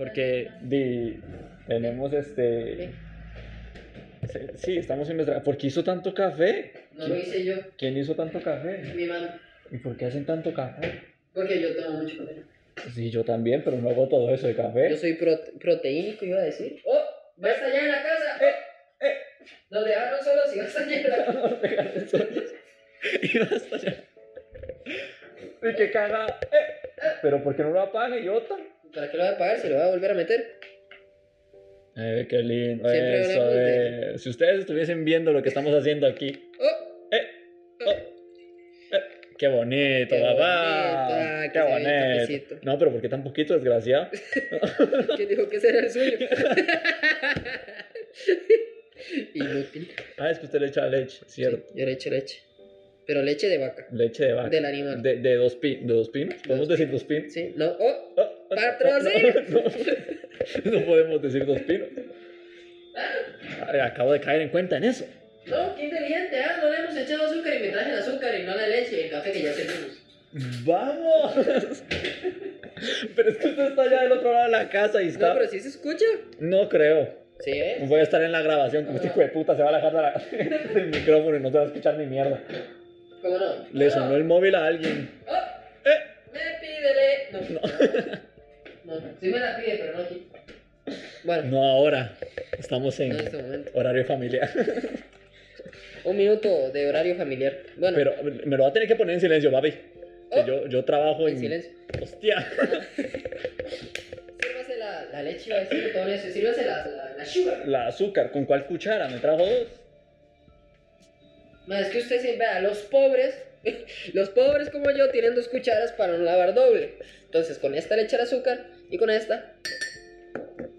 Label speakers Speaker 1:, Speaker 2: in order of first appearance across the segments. Speaker 1: Porque di, tenemos este... se- Sí, estamos investigando. ¿Por qué hizo tanto café?
Speaker 2: No lo hice yo,
Speaker 1: ¿Quién hizo tanto café?
Speaker 2: mi mamá.
Speaker 1: ¿Y por qué hacen tanto café?
Speaker 2: Porque yo tomo mucho café.
Speaker 1: Sí, yo también, pero no hago todo eso de
Speaker 2: Yo
Speaker 1: café.
Speaker 2: soy prote- proteínico, iba a decir. ¡Oh! ¡Vas allá en la casa! ¡Eh! ¡Eh! Nos dejaron solos y vas allá en la casa.
Speaker 1: y basta ya. Y que caga. eh, Pero ¿por qué no lo apaga Idiota?
Speaker 2: ¿Para qué lo va a pagar? ¿Se lo va a volver a meter?
Speaker 1: Eh, qué lindo
Speaker 2: Siempre
Speaker 1: eso,
Speaker 2: hablamos
Speaker 1: eh. Si ustedes estuviesen viendo lo que estamos haciendo aquí,
Speaker 2: ¡Oh!
Speaker 1: qué bonito,
Speaker 2: Qué
Speaker 1: papá.
Speaker 2: bonito, ah, que
Speaker 1: qué
Speaker 2: se ve el
Speaker 1: bonito.
Speaker 2: cafecito.
Speaker 1: no, pero ¿por qué tan poquito, desgraciado?
Speaker 2: ¿Quién dijo que ese era el suyo? Inútil.
Speaker 1: Ah, es que usted le echa leche, cierto. Ah.
Speaker 2: Sí, yo le echo leche. Pero leche de vaca.
Speaker 1: Leche de vaca.
Speaker 2: Del animal.
Speaker 1: De, de dos, pi, de dos pinos. ¿Podemos
Speaker 2: Dos
Speaker 1: decir dos pinos?
Speaker 2: Sí, no. ¡Oh!
Speaker 1: Ah, ah,
Speaker 2: ¡Patrocinio!
Speaker 1: No, no, no podemos decir dos pinos. Ay, Acabo de caer en cuenta en eso.
Speaker 2: No, qué inteligente, ah, no le hemos echado azúcar y me traje el azúcar y no la leche y el café que ya servimos.
Speaker 1: ¡Vamos! Pero es que usted está allá del otro lado de la casa y está.
Speaker 2: No, pero sí se escucha.
Speaker 1: No creo.
Speaker 2: Sí, ¿eh?
Speaker 1: Voy a estar en la grabación como este hijo de puta se va a alejar de la- del micrófono y no te va a escuchar ni mierda.
Speaker 2: ¿Cómo no?
Speaker 1: Le
Speaker 2: No,
Speaker 1: sonó el móvil a alguien.
Speaker 2: ¡Oh!
Speaker 1: Eh.
Speaker 2: ¡Me pídele! No. No, no. Sí me la pide, pero no aquí. Bueno,
Speaker 1: No ahora. Estamos
Speaker 2: no en
Speaker 1: en
Speaker 2: este momento.
Speaker 1: horario familiar.
Speaker 2: Un minuto de horario familiar. Bueno,
Speaker 1: Pero me lo va a tener que poner en silencio, papi. Que
Speaker 2: Oh.
Speaker 1: yo, yo trabajo en.
Speaker 2: en silencio.
Speaker 1: Hostia.
Speaker 2: Sírvase la, la leche, iba a decir todo eso. Sírvase la, la, la sugar.
Speaker 1: La azúcar, ¿con cuál cuchara? Me trajo dos.
Speaker 2: No, es que usted se vea, los pobres, los pobres como yo tienen dos cucharas para no lavar doble. Entonces, con esta le echa el azúcar y con esta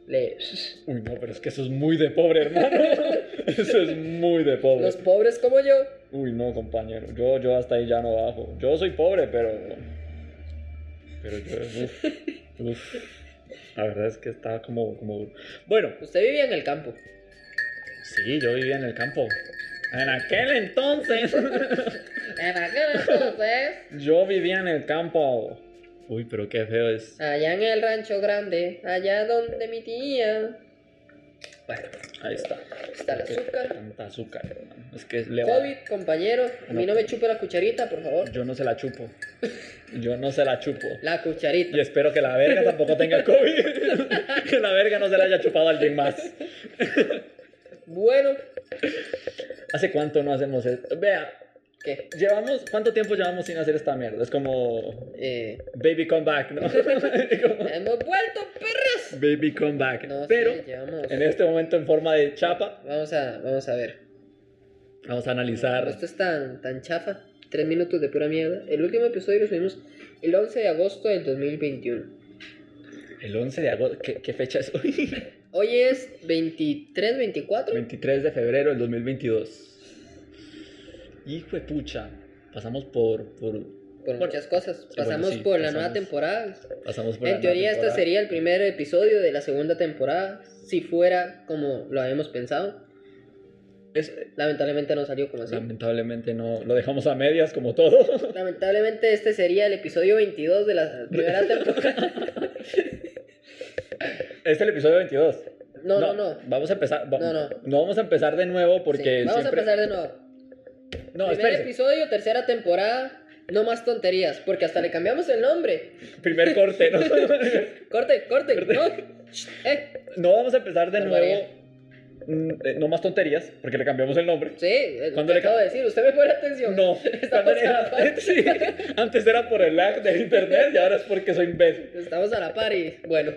Speaker 2: le...
Speaker 1: Uy, no, pero es que eso es muy de pobre, hermano. Eso es muy de pobre.
Speaker 2: Los pobres como yo.
Speaker 1: Uy, no, compañero. Yo, yo hasta ahí ya no bajo. Yo soy pobre, pero. Pero yo. Uf, uf. La verdad es que está como, como. Bueno,
Speaker 2: Usted vivía en el campo.
Speaker 1: sí, yo vivía en el campo. En aquel entonces.
Speaker 2: En aquel entonces,
Speaker 1: Yo vivía en el campo. Uy, pero qué feo es.
Speaker 2: allá en el rancho grande, allá donde mi tía. Bueno,
Speaker 1: Ahí está.
Speaker 2: está el azúcar.
Speaker 1: Tanta azúcar, hermano. Es que le va-
Speaker 2: COVID, compañero, a mí no me chupe la cucharita, por favor.
Speaker 1: Yo no se la chupo. Yo no se la chupo.
Speaker 2: La cucharita.
Speaker 1: Y espero que la verga tampoco tenga COVID. que la verga no se la haya chupado a alguien más.
Speaker 2: Bueno,
Speaker 1: ¿Hace cuánto no hacemos esto? Vea,
Speaker 2: ¿qué?
Speaker 1: llevamos, ¿cuánto tiempo llevamos sin hacer esta mierda? Es como
Speaker 2: Eh,
Speaker 1: baby come back, ¿no? Como,
Speaker 2: hemos vuelto, perras.
Speaker 1: baby come back.
Speaker 2: No, sí,
Speaker 1: Pero
Speaker 2: llevamos-
Speaker 1: en este momento en forma de chapa
Speaker 2: Vamos a, vamos a ver.
Speaker 1: vamos a analizar
Speaker 2: Esto es tan, tan chafa. Tres minutos de pura mierda. El último episodio lo subimos el 11 de agosto del 2021.
Speaker 1: el 11 de agosto, ¿qué, qué fecha es hoy?
Speaker 2: Hoy es 23, 24.
Speaker 1: 23 de febrero del 2022. Hijo de pucha, pasamos por, por
Speaker 2: Por
Speaker 1: Bueno,
Speaker 2: muchas cosas.
Speaker 1: bueno,
Speaker 2: Pasamos
Speaker 1: sí,
Speaker 2: por la nueva
Speaker 1: pasamos.
Speaker 2: temporada.
Speaker 1: pasamos por la
Speaker 2: En
Speaker 1: nueva
Speaker 2: teoría, este
Speaker 1: temporada.
Speaker 2: sería el primer episodio de la segunda temporada. Si fuera como lo habíamos pensado.
Speaker 1: Es-
Speaker 2: Lamentablemente no salió como así.
Speaker 1: lamentablemente no lo dejamos a medias como todo.
Speaker 2: Lamentablemente, este sería el episodio 22 de la primera temporada.
Speaker 1: Este es el episodio 22.
Speaker 2: No, no, no.
Speaker 1: Vamos a empezar. va-
Speaker 2: No, no.
Speaker 1: vamos a empezar de nuevo porque
Speaker 2: Sí, Vamos
Speaker 1: siempre.
Speaker 2: a empezar de nuevo.
Speaker 1: No,
Speaker 2: primer
Speaker 1: espérese.
Speaker 2: episodio, tercera temporada, no más tonterías, porque hasta le cambiamos el nombre.
Speaker 1: Primer corte. ¿no?
Speaker 2: Corte, corte, no. Shh, eh.
Speaker 1: No vamos a empezar de
Speaker 2: Barbaridad.
Speaker 1: nuevo. mm, eh, No más tonterías, porque le cambiamos el nombre.
Speaker 2: Sí, es lo
Speaker 1: Cuando le
Speaker 2: que acabo de decir, usted me pone atención.
Speaker 1: No.
Speaker 2: Estamos
Speaker 1: Cuando era-
Speaker 2: a la par.
Speaker 1: Sí, Antes era por el lag del internet y ahora es porque soy imbécil.
Speaker 2: Estamos a la par y bueno,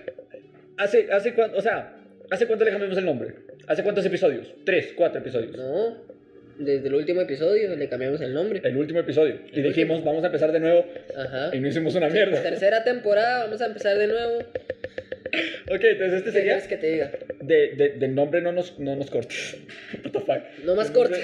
Speaker 1: ¿Hace, hace cuánto? O sea, ¿hace cuánto le cambiamos el nombre? ¿Hace cuántos episodios? Tres, cuatro episodios.
Speaker 2: no. Desde el último episodio le cambiamos el nombre.
Speaker 1: El último episodio. Y
Speaker 2: El
Speaker 1: dijimos, vamos a empezar de nuevo.
Speaker 2: Ajá.
Speaker 1: Y no hicimos una mierda.
Speaker 2: Tercera temporada, vamos a empezar de nuevo.
Speaker 1: Ok, entonces este
Speaker 2: ¿Qué
Speaker 1: sería.
Speaker 2: quieres que te diga?
Speaker 1: De, de- del nombre no nos, no nos cortes. What the fuck.
Speaker 2: No más cortes.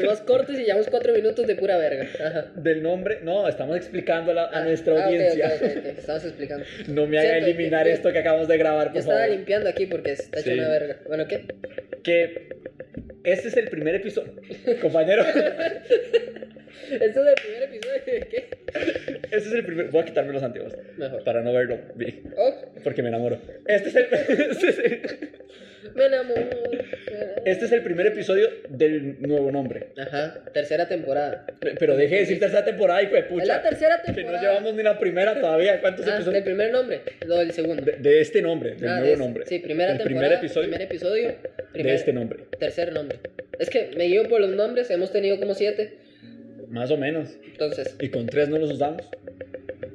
Speaker 2: no más cortes y llevamos cuatro minutos de pura verga. Ajá.
Speaker 1: Del nombre, no, estamos explicando a la- a nuestra
Speaker 2: Ah, ok,
Speaker 1: audiencia.
Speaker 2: ok, ok, ok, Estabas explicando.
Speaker 1: No me haga
Speaker 2: Cierto,
Speaker 1: eliminar
Speaker 2: yo-
Speaker 1: esto que acabamos de grabar,
Speaker 2: Yo
Speaker 1: por
Speaker 2: estaba
Speaker 1: favor.
Speaker 2: limpiando aquí porque está hecho
Speaker 1: Sí.
Speaker 2: una verga. Bueno, ¿qué?
Speaker 1: Que este es el primer episodio. Compañero.
Speaker 2: Este es el primer episodio de qué?
Speaker 1: Este es el primer. Voy a quitarme los antiguos
Speaker 2: Mejor.
Speaker 1: para no verlo bien,
Speaker 2: Oh,
Speaker 1: porque me enamoro. Este es el, este es el-
Speaker 2: me enamoro. me enamoro.
Speaker 1: este es el primer episodio del nuevo nombre.
Speaker 2: Ajá, tercera temporada.
Speaker 1: Pero deje de decir tercera temporada, hijo de
Speaker 2: Es la
Speaker 1: pucha.
Speaker 2: tercera
Speaker 1: Que no
Speaker 2: temporada.
Speaker 1: llevamos ni la primera todavía. ¿Cuántos
Speaker 2: Ah, del
Speaker 1: episodios?
Speaker 2: primer nombre, no del segundo.
Speaker 1: De, de este nombre, del
Speaker 2: Ah, de
Speaker 1: nuevo
Speaker 2: este.
Speaker 1: nombre.
Speaker 2: Sí, primera
Speaker 1: El
Speaker 2: temporada.
Speaker 1: primer episodio
Speaker 2: Primer episodio.
Speaker 1: de
Speaker 2: primer-
Speaker 1: este nombre.
Speaker 2: Tercer nombre. Es que me guío por los nombres, hemos tenido como siete.
Speaker 1: Más o menos.
Speaker 2: Entonces,
Speaker 1: Y con tres no los usamos.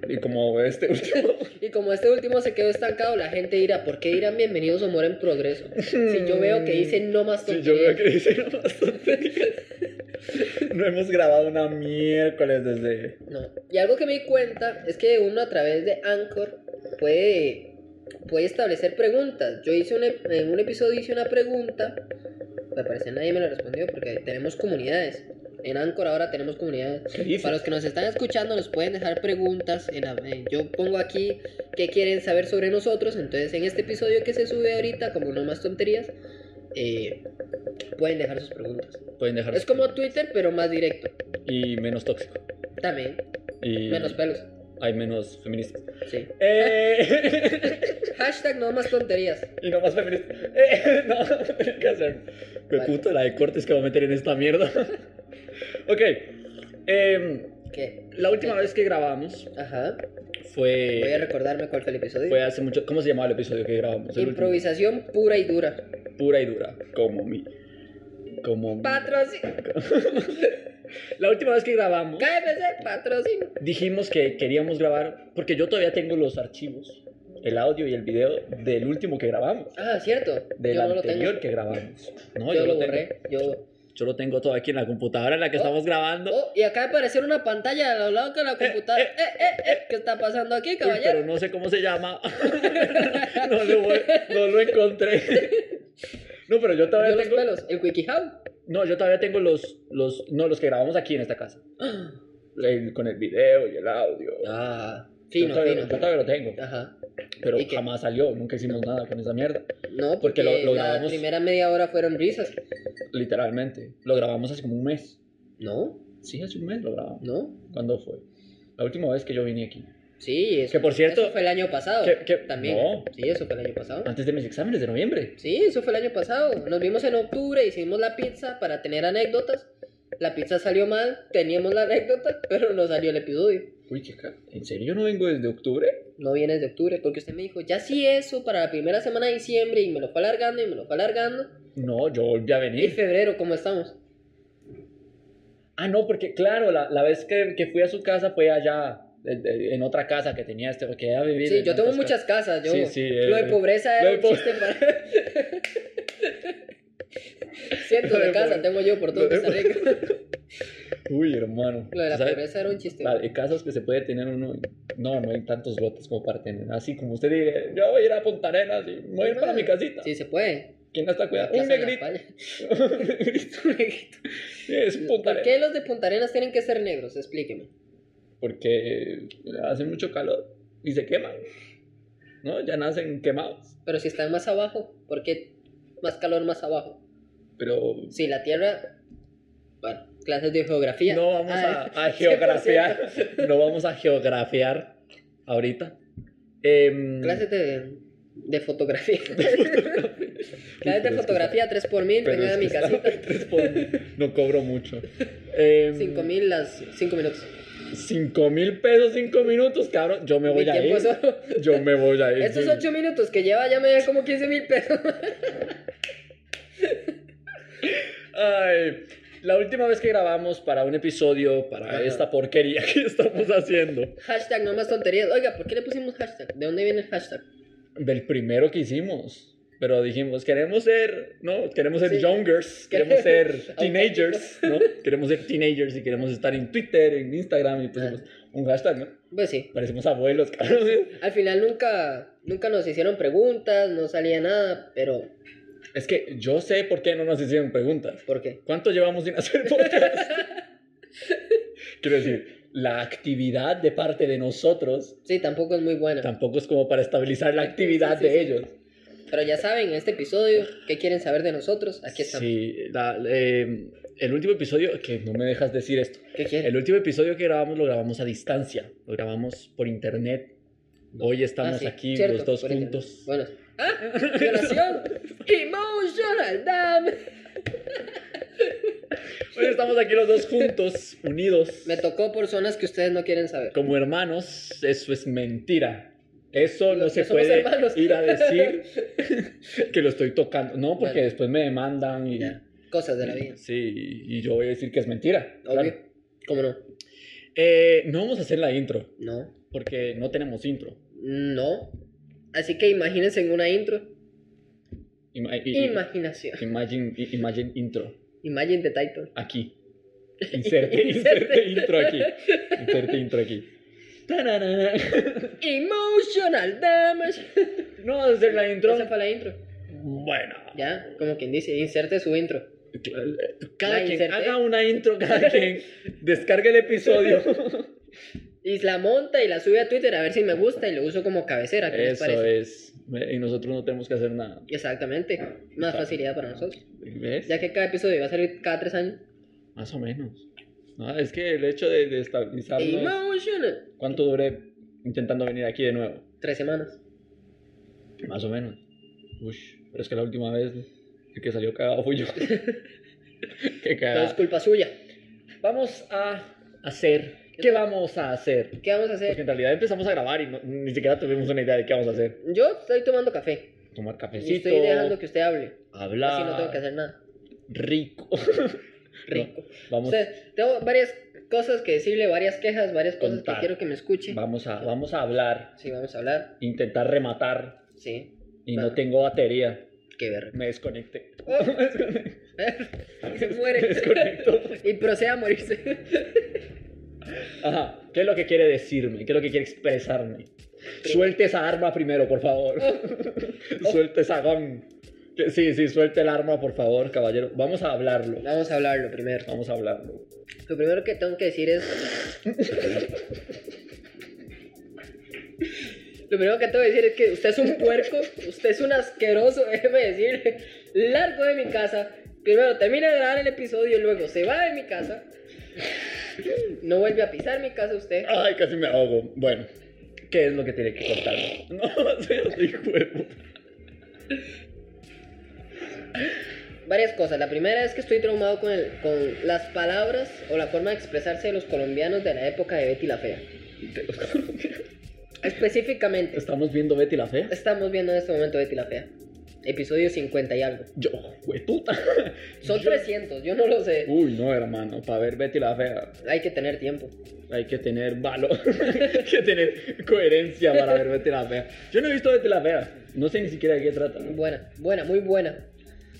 Speaker 1: Y como este último.
Speaker 2: y como este último se quedó estancado, la gente dirá, ¿por qué dirán bienvenidos o en progreso? Si yo veo que dice no más
Speaker 1: Mm, Sí,
Speaker 2: tonterías.
Speaker 1: yo veo que dice no más tonterías. No hemos grabado una miércoles desde.
Speaker 2: No. Y algo que me di cuenta es que uno a través de Anchor puede, puede establecer preguntas. Yo hice un, ep- en un episodio hice una pregunta. Me parece nadie me la respondió porque tenemos comunidades. En Anchor ahora tenemos comunidades.
Speaker 1: ¿Qué dice?
Speaker 2: Para los que nos están escuchando, nos pueden dejar preguntas. en la- eh, yo pongo aquí qué quieren saber sobre nosotros. Entonces, en este episodio que se sube ahorita, como no más tonterías, eh, pueden dejar sus preguntas.
Speaker 1: Pueden dejar.
Speaker 2: Es como Twitter, pero más directo.
Speaker 1: Y menos tóxico.
Speaker 2: También,
Speaker 1: Y
Speaker 2: menos pelos.
Speaker 1: hay menos feministas.
Speaker 2: Sí.
Speaker 1: Eh,
Speaker 2: Hashtag no más tonterías.
Speaker 1: y no más feministas. Eh, no, tengo que hacer. Me
Speaker 2: Vale.
Speaker 1: puto la de cortes que voy a meter en esta mierda. ok. em,
Speaker 2: ¿Qué?
Speaker 1: la última vez que grabamos
Speaker 2: Ajá.
Speaker 1: fue.
Speaker 2: Voy a recordarme cuál fue el episodio.
Speaker 1: Eh, Fue hace mucho. ¿Cómo se llamaba el episodio que grabamos? El último. Mm.
Speaker 2: Improvisación pura y dura.
Speaker 1: Pura y dura. Como mi. Como mi.
Speaker 2: Patrocinio.
Speaker 1: La última vez que grabamos,
Speaker 2: KFC, patrocinio.
Speaker 1: dijimos que queríamos grabar. Porque yo todavía tengo los archivos, el audio y el video del último que grabamos.
Speaker 2: Ah, cierto.
Speaker 1: Del
Speaker 2: yo no lo
Speaker 1: anterior
Speaker 2: tengo.
Speaker 1: que grabamos. No,
Speaker 2: yo lo
Speaker 1: tengo.
Speaker 2: borré. Yo.
Speaker 1: Yo lo tengo todo aquí en la computadora en la que
Speaker 2: Oh.
Speaker 1: estamos grabando.
Speaker 2: Oh, y acaba de aparecer una pantalla al lado de la computadora. Eh, eh, eh, ¿Qué está pasando aquí,
Speaker 1: Uy, pero
Speaker 2: caballero?
Speaker 1: no sé cómo se llama. no, lo, voy- no lo encontré. no, pero yo todavía
Speaker 2: Yo los
Speaker 1: tengo.
Speaker 2: pelos, el WikiHow.
Speaker 1: No, yo todavía tengo los, los. No, los que grabamos aquí en esta casa. El- con el video y el audio.
Speaker 2: Ah, fino,
Speaker 1: yo, todavía, yo
Speaker 2: fino.
Speaker 1: todavía lo tengo.
Speaker 2: Ajá.
Speaker 1: Pero
Speaker 2: ¿Y qué?
Speaker 1: jamás salió, nunca hicimos nada con esa mierda.
Speaker 2: No,
Speaker 1: Porque
Speaker 2: porque,
Speaker 1: lo- lo
Speaker 2: la
Speaker 1: grabamos.
Speaker 2: primera media hora fueron risas.
Speaker 1: Literalmente. Lo grabamos hace como un mes.
Speaker 2: No,
Speaker 1: Sí, hace un mes lo grabamos.
Speaker 2: no.
Speaker 1: ¿Cuándo fue? La última vez que yo vine aquí.
Speaker 2: Sí, eso,
Speaker 1: Que por cierto.
Speaker 2: eso fue el año pasado.
Speaker 1: que- que-
Speaker 2: También.
Speaker 1: No,
Speaker 2: Sí, eso fue el año pasado.
Speaker 1: antes de mis exámenes de noviembre.
Speaker 2: Sí, eso fue el año pasado. Nos vimos en octubre, hicimos la pizza para tener anécdotas. La pizza salió mal, teníamos la anécdota, pero no salió el episodio.
Speaker 1: Uy, qué ca- ¿En serio no vengo desde octubre?
Speaker 2: no vienes de octubre, porque usted me dijo, ya sí eso para la primera semana de diciembre y me lo fue alargando y me lo fue alargando.
Speaker 1: No, yo volví a
Speaker 2: Y
Speaker 1: venir.
Speaker 2: febrero, ¿cómo estamos?
Speaker 1: Ah, no, porque claro, la, la vez que, que fui a su casa fue allá, de- de- en otra casa que tenía este, porque ella vivía.
Speaker 2: Sí,
Speaker 1: en
Speaker 2: yo tengo
Speaker 1: tantas
Speaker 2: muchas casas, yo.
Speaker 1: pues, Sí, sí, eh,
Speaker 2: lo de pobreza era
Speaker 1: lo
Speaker 2: un
Speaker 1: de po-
Speaker 2: chiste para... Cientos
Speaker 1: Lo de
Speaker 2: de casas
Speaker 1: pobre-
Speaker 2: tengo yo por todo
Speaker 1: lo de
Speaker 2: Costa Rica.
Speaker 1: casas. Uy, hermano.
Speaker 2: Lo de la
Speaker 1: ¿Sabe?
Speaker 2: pobreza era un chiste.
Speaker 1: La de casas que se puede tener uno. No, no hay tantos lotes como para tener. Así como usted dice, yo voy a ir a Punta Arenas y voy a ir para mi casita.
Speaker 2: Sí, se puede.
Speaker 1: ¿Quién la está
Speaker 2: La
Speaker 1: cuidando?
Speaker 2: Plaza
Speaker 1: Un
Speaker 2: de la
Speaker 1: negrito.
Speaker 2: Palla.
Speaker 1: Un negrito.
Speaker 2: Un negrito.
Speaker 1: es Punta
Speaker 2: ¿Por
Speaker 1: Arenas.
Speaker 2: qué los de Punta Arenas tienen que ser negros? Explíqueme.
Speaker 1: Porque hace mucho calor y se queman. ¿No? Ya nacen quemados.
Speaker 2: Pero si están más abajo, ¿por qué más calor más abajo?
Speaker 1: Pero
Speaker 2: Sí, la Tierra. Bueno, clases de geografía.
Speaker 1: no vamos a,
Speaker 2: Ah,
Speaker 1: a geografiar. No vamos a geografiar ahorita. Em,
Speaker 2: Clases de, de fotografía.
Speaker 1: Uy,
Speaker 2: clases
Speaker 1: pero
Speaker 2: de
Speaker 1: es que-
Speaker 2: fotografía 3 por mil,
Speaker 1: pero
Speaker 2: vengan a
Speaker 1: es
Speaker 2: mi
Speaker 1: que está-
Speaker 2: casita.
Speaker 1: tres por mil. No cobro mucho. Em,
Speaker 2: 5 mil las 5 minutos.
Speaker 1: Cinco mil pesos, cinco minutos, cabrón. Yo me
Speaker 2: Mi
Speaker 1: voy a ir.
Speaker 2: tiempo solo.
Speaker 1: Yo me voy a ir.
Speaker 2: Estos
Speaker 1: sí.
Speaker 2: 8 minutos que lleva ya me da como 15 mil pesos.
Speaker 1: Ay, la última vez que grabamos para un episodio, para
Speaker 2: Ajá.
Speaker 1: esta porquería que estamos haciendo,
Speaker 2: Hashtag no más tonterías. Oiga, ¿por qué le pusimos hashtag? ¿De dónde viene el hashtag?
Speaker 1: del primero que hicimos. Pero dijimos, queremos ser, ¿no? Queremos ser
Speaker 2: Sí.
Speaker 1: youngers, queremos ser
Speaker 2: Auténticos.
Speaker 1: teenagers, ¿no? Queremos ser teenagers y queremos estar en Twitter, en Instagram y pusimos un hashtag, ¿no?
Speaker 2: Pues sí.
Speaker 1: Parecemos abuelos, cabrón.
Speaker 2: Al final nunca, nunca nos hicieron preguntas, no salía nada, pero
Speaker 1: Es que yo sé por qué no nos hicieron preguntas.
Speaker 2: ¿por qué?
Speaker 1: ¿Cuánto llevamos sin hacer podcast? Quiero decir, la actividad de parte de nosotros
Speaker 2: Sí, tampoco es muy buena.
Speaker 1: tampoco es como para estabilizar la actividad
Speaker 2: Sí, sí,
Speaker 1: de
Speaker 2: sí.
Speaker 1: ellos.
Speaker 2: Pero ya saben, en este episodio, ¿qué quieren saber de nosotros? Aquí estamos.
Speaker 1: Sí, la- eh, el último episodio, que no me dejas decir esto,
Speaker 2: ¿Qué quieres?
Speaker 1: el último episodio que grabamos lo grabamos a distancia, lo grabamos por internet. Hoy estamos
Speaker 2: Ah, sí,
Speaker 1: aquí
Speaker 2: cierto,
Speaker 1: los dos
Speaker 2: por internet.
Speaker 1: juntos.
Speaker 2: Bueno. ¡Ah! ¡Violación! ¡Emotional damn!
Speaker 1: Hoy estamos aquí los dos juntos, unidos,
Speaker 2: Me tocó por zonas que ustedes no quieren saber.
Speaker 1: como hermanos. Eso es mentira. Eso no
Speaker 2: Los
Speaker 1: se
Speaker 2: que somos
Speaker 1: puede
Speaker 2: hermanos.
Speaker 1: ir a decir que lo estoy tocando. No, porque
Speaker 2: Bueno.
Speaker 1: después me demandan y...
Speaker 2: Ya, Cosas de la vida.
Speaker 1: Sí, y y yo voy a decir que es mentira.
Speaker 2: Obvio.
Speaker 1: claro.
Speaker 2: ¿Cómo no?
Speaker 1: Eh, no vamos a hacer la intro,
Speaker 2: No.
Speaker 1: porque no tenemos intro.
Speaker 2: No. Así que imagínense en una intro.
Speaker 1: Ima- i- i-
Speaker 2: Imaginación.
Speaker 1: imagine, i- imagine intro,
Speaker 2: Imagine the title.
Speaker 1: aquí. Inserte,
Speaker 2: Inserte.
Speaker 1: inserte intro aquí. Inserte intro aquí. Tararara.
Speaker 2: Emotional damage.
Speaker 1: No vamos a hacer la intro.
Speaker 2: Esa fue la intro.
Speaker 1: Bueno,
Speaker 2: Ya, como quien dice, inserte su intro.
Speaker 1: cada
Speaker 2: La
Speaker 1: quien
Speaker 2: inserté.
Speaker 1: haga una intro, cada quien descargue el episodio.
Speaker 2: Y la monta y la sube a Twitter a ver si me gusta y lo uso como cabecera. ¿Qué les
Speaker 1: Eso
Speaker 2: parece?
Speaker 1: es. Y nosotros no tenemos que hacer nada.
Speaker 2: Exactamente. Más
Speaker 1: Claro.
Speaker 2: facilidad para nosotros.
Speaker 1: ¿Ves?
Speaker 2: Ya que cada episodio va a salir cada tres años.
Speaker 1: Más o menos. No, es que el hecho de, de estabilizarnos.
Speaker 2: Emotional.
Speaker 1: ¿Cuánto duré intentando venir aquí de nuevo?
Speaker 2: Tres semanas.
Speaker 1: Más o menos. Uy, pero es que la última vez el que salió cagado fui yo. Qué
Speaker 2: Todo es
Speaker 1: cagado.
Speaker 2: culpa suya.
Speaker 1: Vamos a hacer. ¿Qué vamos a hacer?
Speaker 2: ¿Qué vamos a hacer?
Speaker 1: Porque en realidad empezamos a grabar y no- ni siquiera tuvimos una idea de qué vamos a hacer.
Speaker 2: Yo estoy tomando café.
Speaker 1: Tomar
Speaker 2: Y
Speaker 1: cafecito,
Speaker 2: estoy dejando que usted hable.
Speaker 1: hablar,
Speaker 2: Así no tengo que hacer nada.
Speaker 1: rico.
Speaker 2: Rico.
Speaker 1: vamos,
Speaker 2: O sea, tengo varias cosas que decirle, varias quejas, varias cosas
Speaker 1: Contar.
Speaker 2: que quiero que me escuche.
Speaker 1: vamos, a, vamos a hablar,
Speaker 2: Sí, vamos a hablar.
Speaker 1: intentar rematar
Speaker 2: Sí.
Speaker 1: y
Speaker 2: Claro.
Speaker 1: no tengo batería.
Speaker 2: Qué verga.
Speaker 1: Me desconecté.
Speaker 2: Oh.
Speaker 1: Me desconecté.
Speaker 2: Se
Speaker 1: Me
Speaker 2: muere.
Speaker 1: desconecto.
Speaker 2: y procede a morirse.
Speaker 1: Ajá. ¿Qué es lo que quiere decirme? ¿Qué es lo que quiere expresarme? Suelte esa arma primero, por favor. Suelte esa gun. Que- Sí, sí, suelte el arma, por favor, caballero. Vamos a hablarlo.
Speaker 2: Vamos a hablarlo primero.
Speaker 1: Vamos a hablarlo.
Speaker 2: Lo primero que tengo que decir es. Lo primero que tengo que decir es que usted es un puerco, usted es un asqueroso, déjeme decirle. Largo de mi casa. Primero termina de grabar el episodio y luego se va de mi casa. No vuelve a pisar mi casa usted.
Speaker 1: Ay, casi me ahogo. Bueno, ¿qué es lo que tiene que cortar? No, soy huevo.
Speaker 2: Varias cosas. La primera es que estoy traumado con, el- con las palabras o la forma de expresarse de los colombianos de la época de Betty la Fea. Específicamente,
Speaker 1: ¿Estamos viendo Betty la Fea?
Speaker 2: estamos viendo en este momento Betty la Fea. Episodio 50 y algo.
Speaker 1: Yo, hueputa.
Speaker 2: Son 300, yo no lo sé.
Speaker 1: Uy, no, hermano. Para ver Betty la Fea
Speaker 2: Hay que tener tiempo.
Speaker 1: hay que tener valor, hay que tener coherencia para ver Betty la Fea. Yo no he visto Betty la Fea. No sé ni siquiera de qué trata.
Speaker 2: Buena, buena, muy buena.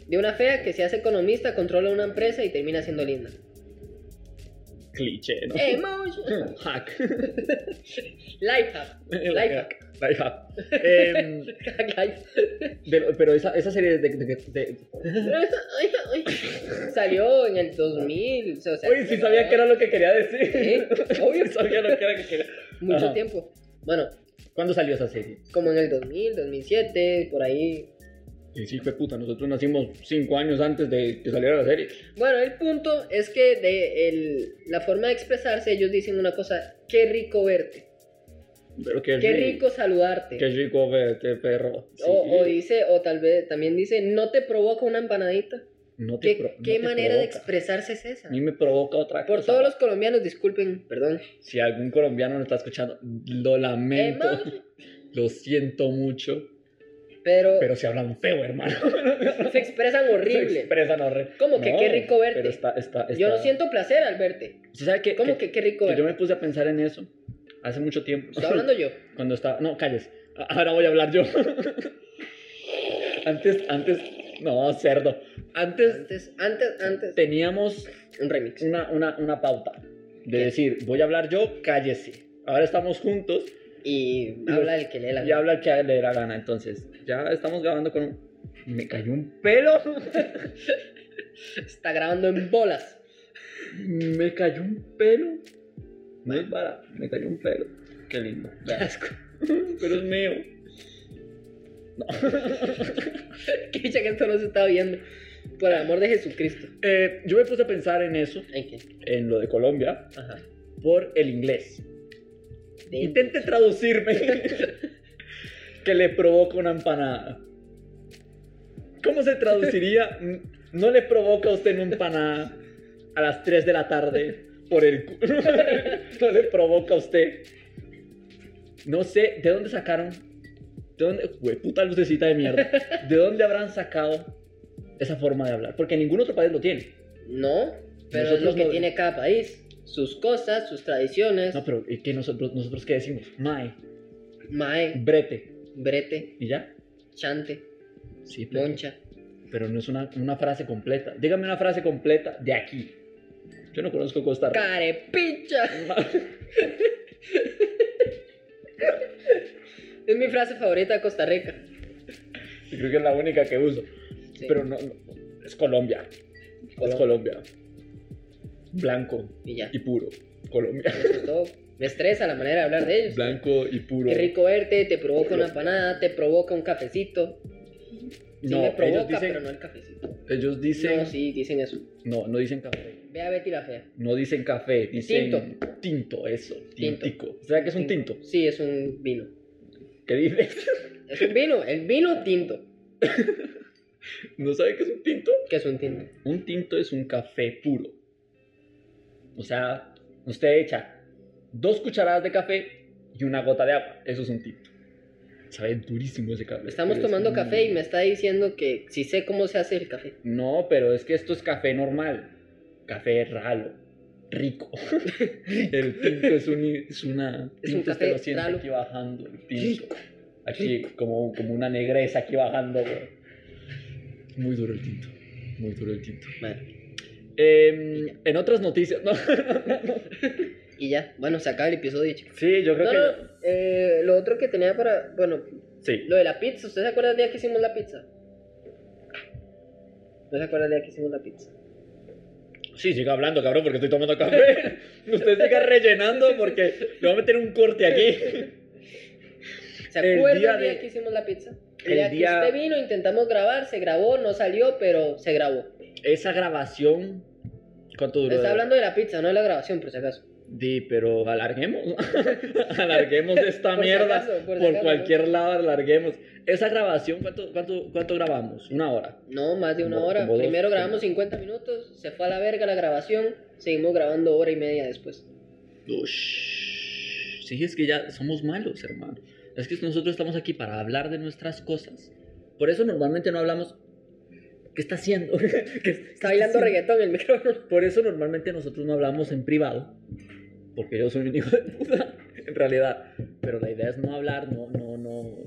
Speaker 2: De una fea que se hace economista, controla una empresa y termina siendo linda.
Speaker 1: Cliché, ¿no?
Speaker 2: Eh, Emotion.
Speaker 1: Hack.
Speaker 2: Life hack. Life hack.
Speaker 1: Life hack. Em,
Speaker 2: Hack life.
Speaker 1: de lo- pero esa, esa serie de... de, de, de-
Speaker 2: Ay, ay. Salió en el 2000. o sea,
Speaker 1: Uy, sí sabía que era lo que quería decir.
Speaker 2: ¿Eh?
Speaker 1: Obvio, sabía lo que era que quería.
Speaker 2: Mucho
Speaker 1: Ajá.
Speaker 2: tiempo. Bueno,
Speaker 1: ¿Cuándo salió esa serie?
Speaker 2: como en el 2000, 2007, por ahí.
Speaker 1: Sí, sí, fue puta. Nosotros nacimos cinco años antes de que saliera la serie.
Speaker 2: Bueno, el punto es que de el- la forma de expresarse, ellos dicen una cosa, qué rico verte,
Speaker 1: Pero qué,
Speaker 2: qué
Speaker 1: ri-
Speaker 2: rico Oh, saludarte.
Speaker 1: Qué rico verte, perro. Sí.
Speaker 2: O, o dice, o tal vez también dice, no te provoca una empanadita.
Speaker 1: No te
Speaker 2: ¿Qué,
Speaker 1: pro- no
Speaker 2: qué
Speaker 1: te
Speaker 2: manera de
Speaker 1: provoca.
Speaker 2: expresarse es esa?
Speaker 1: A mí me provoca otra
Speaker 2: Por
Speaker 1: cosa.
Speaker 2: todos los colombianos, disculpen, perdón.
Speaker 1: Si algún colombiano lo está escuchando, lo lamento.
Speaker 2: Emma,
Speaker 1: Lo siento mucho.
Speaker 2: Pero,
Speaker 1: Pero se hablan feo, hermano.
Speaker 2: se expresan
Speaker 1: Se
Speaker 2: horrible.
Speaker 1: expresan horrible.
Speaker 2: ¿Cómo que qué rico verte?
Speaker 1: Pero está, está,
Speaker 2: Yo no
Speaker 1: está-
Speaker 2: siento placer al verte.
Speaker 1: ¿Sí sabe qué?
Speaker 2: ¿Cómo
Speaker 1: qué-
Speaker 2: que qué rico
Speaker 1: que yo
Speaker 2: verte?
Speaker 1: me puse a pensar en eso hace mucho tiempo.
Speaker 2: Estoy hablando yo.
Speaker 1: Cuando estaba. No, calles. A- Ahora voy a hablar yo. antes, antes. No, cerdo. Antes
Speaker 2: Antes, antes, antes.
Speaker 1: teníamos
Speaker 2: Un remix.
Speaker 1: una, una, una pauta de
Speaker 2: ¿Qué?
Speaker 1: decir, voy a hablar yo, cállese. Ahora estamos juntos
Speaker 2: Y habla el que lee la
Speaker 1: y habla el que le dé la gana. Entonces, ya estamos grabando con un. Me cayó un pelo.
Speaker 2: Está grabando en bolas.
Speaker 1: Me cayó un pelo. No
Speaker 2: ¿Eh?
Speaker 1: es para, me cayó un pelo. Qué lindo.
Speaker 2: Qué asco.
Speaker 1: Pero es mío.
Speaker 2: Qué dicha que esto no se está viendo. Por el amor de Jesucristo.
Speaker 1: Eh, yo me puse a pensar en eso,
Speaker 2: ¿En qué?
Speaker 1: en lo de Colombia,
Speaker 2: Ajá.
Speaker 1: por el inglés.
Speaker 2: De-
Speaker 1: Intente traducirme que le provoca una empanada. ¿Cómo se traduciría? mm, No le provoca a usted una empanada a las 3 de la tarde por el cu- no le provoca a usted. No sé, ¿de dónde sacaron? ¿De dónde? Jue- puta lucecita de mierda. ¿De dónde habrán sacado esa forma de hablar? Porque ningún otro país lo tiene.
Speaker 2: No, pero es
Speaker 1: Nosotros
Speaker 2: lo que
Speaker 1: no-
Speaker 2: tiene cada país. Sus cosas, sus tradiciones.
Speaker 1: No, pero ¿y ¿qué nosotros, nosotros qué decimos? Mae,
Speaker 2: Mae,
Speaker 1: brete.
Speaker 2: brete,
Speaker 1: ¿Y ya?
Speaker 2: chante,
Speaker 1: Sí, pero-
Speaker 2: moncha.
Speaker 1: pero no es una, una frase completa. Dígame una frase completa de aquí. Yo no conozco Costa Rica.
Speaker 2: Carepicha. Es mi frase favorita de Costa Rica.
Speaker 1: Yo creo que es la única que uso.
Speaker 2: Sí.
Speaker 1: Pero no, no, es Colombia. Es
Speaker 2: Colombia.
Speaker 1: Colombia. Blanco
Speaker 2: Y ya.
Speaker 1: y puro. Colombia.
Speaker 2: Eso es todo. Me estresa la manera de hablar de ellos.
Speaker 1: Blanco y puro.
Speaker 2: Qué rico verte, te provoca una empanada, te provoca un cafecito. Sí
Speaker 1: No,
Speaker 2: me provoca,
Speaker 1: ellos dicen,
Speaker 2: pero no el cafecito.
Speaker 1: ellos dicen,
Speaker 2: No, sí, dicen eso.
Speaker 1: no, no dicen café.
Speaker 2: Ve a Betty la fea.
Speaker 1: No dicen café, dicen tinto, eso,
Speaker 2: Tinto.
Speaker 1: tintico. O sea que es un tinto.
Speaker 2: Sí, es un vino.
Speaker 1: ¿Qué dices?
Speaker 2: Es un vino, el vino tinto.
Speaker 1: ¿No sabe qué es un tinto?
Speaker 2: ¿Qué es un tinto?
Speaker 1: Un tinto es un café puro. O sea, usted echa dos cucharadas de café y una gota de agua. Eso es un tinto. Sabe durísimo ese café.
Speaker 2: Estamos
Speaker 1: pero es
Speaker 2: tomando
Speaker 1: muy
Speaker 2: café y
Speaker 1: bueno.
Speaker 2: me está diciendo que si sé cómo se hace el café.
Speaker 1: No, pero es que esto es café normal. Café ralo. Rico. el tinto es, un, es una...
Speaker 2: Es
Speaker 1: tinto
Speaker 2: un
Speaker 1: usted lo
Speaker 2: café
Speaker 1: siente
Speaker 2: ralo.
Speaker 1: aquí bajando. El tinto.
Speaker 2: Rico.
Speaker 1: Aquí como, como una negreza aquí bajando. güey. Muy duro el tinto. Muy duro el tinto.
Speaker 2: Bueno,
Speaker 1: Em, en otras noticias... No,
Speaker 2: y ya. Bueno, se acaba el episodio, chicos.
Speaker 1: Sí, yo creo
Speaker 2: No,
Speaker 1: que.
Speaker 2: no, eh, lo otro que tenía para. Bueno,
Speaker 1: Sí.
Speaker 2: lo de la pizza. ¿Usted se acuerda del día que hicimos la pizza? ¿No se acuerda del día que hicimos la pizza?
Speaker 1: Sí, siga hablando, cabrón, porque estoy tomando café. Usted siga rellenando porque le voy a meter un corte aquí.
Speaker 2: ¿Se
Speaker 1: El
Speaker 2: acuerda
Speaker 1: día
Speaker 2: el día
Speaker 1: de-
Speaker 2: que hicimos la pizza? El,
Speaker 1: el
Speaker 2: día,
Speaker 1: día-
Speaker 2: que usted vino, intentamos grabar, se grabó, no salió, pero se grabó.
Speaker 1: Esa grabación. ¿Cuánto duró?
Speaker 2: Está hablando de la pizza, no de la grabación, por si acaso.
Speaker 1: Di, pero alarguemos. alarguemos esta
Speaker 2: Por si
Speaker 1: Ah, mierda.
Speaker 2: acaso,
Speaker 1: por
Speaker 2: si acaso,
Speaker 1: cualquier lado alarguemos. Esa grabación, ¿cuánto, cuánto, cuánto grabamos? Una hora.
Speaker 2: No, No, más de una
Speaker 1: Como-
Speaker 2: hora.
Speaker 1: como dos,
Speaker 2: Primero grabamos
Speaker 1: como-
Speaker 2: 50 minutos, se fue a la verga la grabación, seguimos grabando hora y media después.
Speaker 1: Ush. Sí, es que ya somos malos, hermano. Es que nosotros estamos aquí para hablar de nuestras cosas. Por eso normalmente no hablamos. ¿Qué está haciendo? ¿Qué- qué
Speaker 2: Está bailando
Speaker 1: haciendo?
Speaker 2: reggaetón el micrófono.
Speaker 1: Por eso normalmente nosotros no hablamos en privado. Porque yo soy un hijo de puta, en realidad. Pero la idea es no hablar, no, no, no,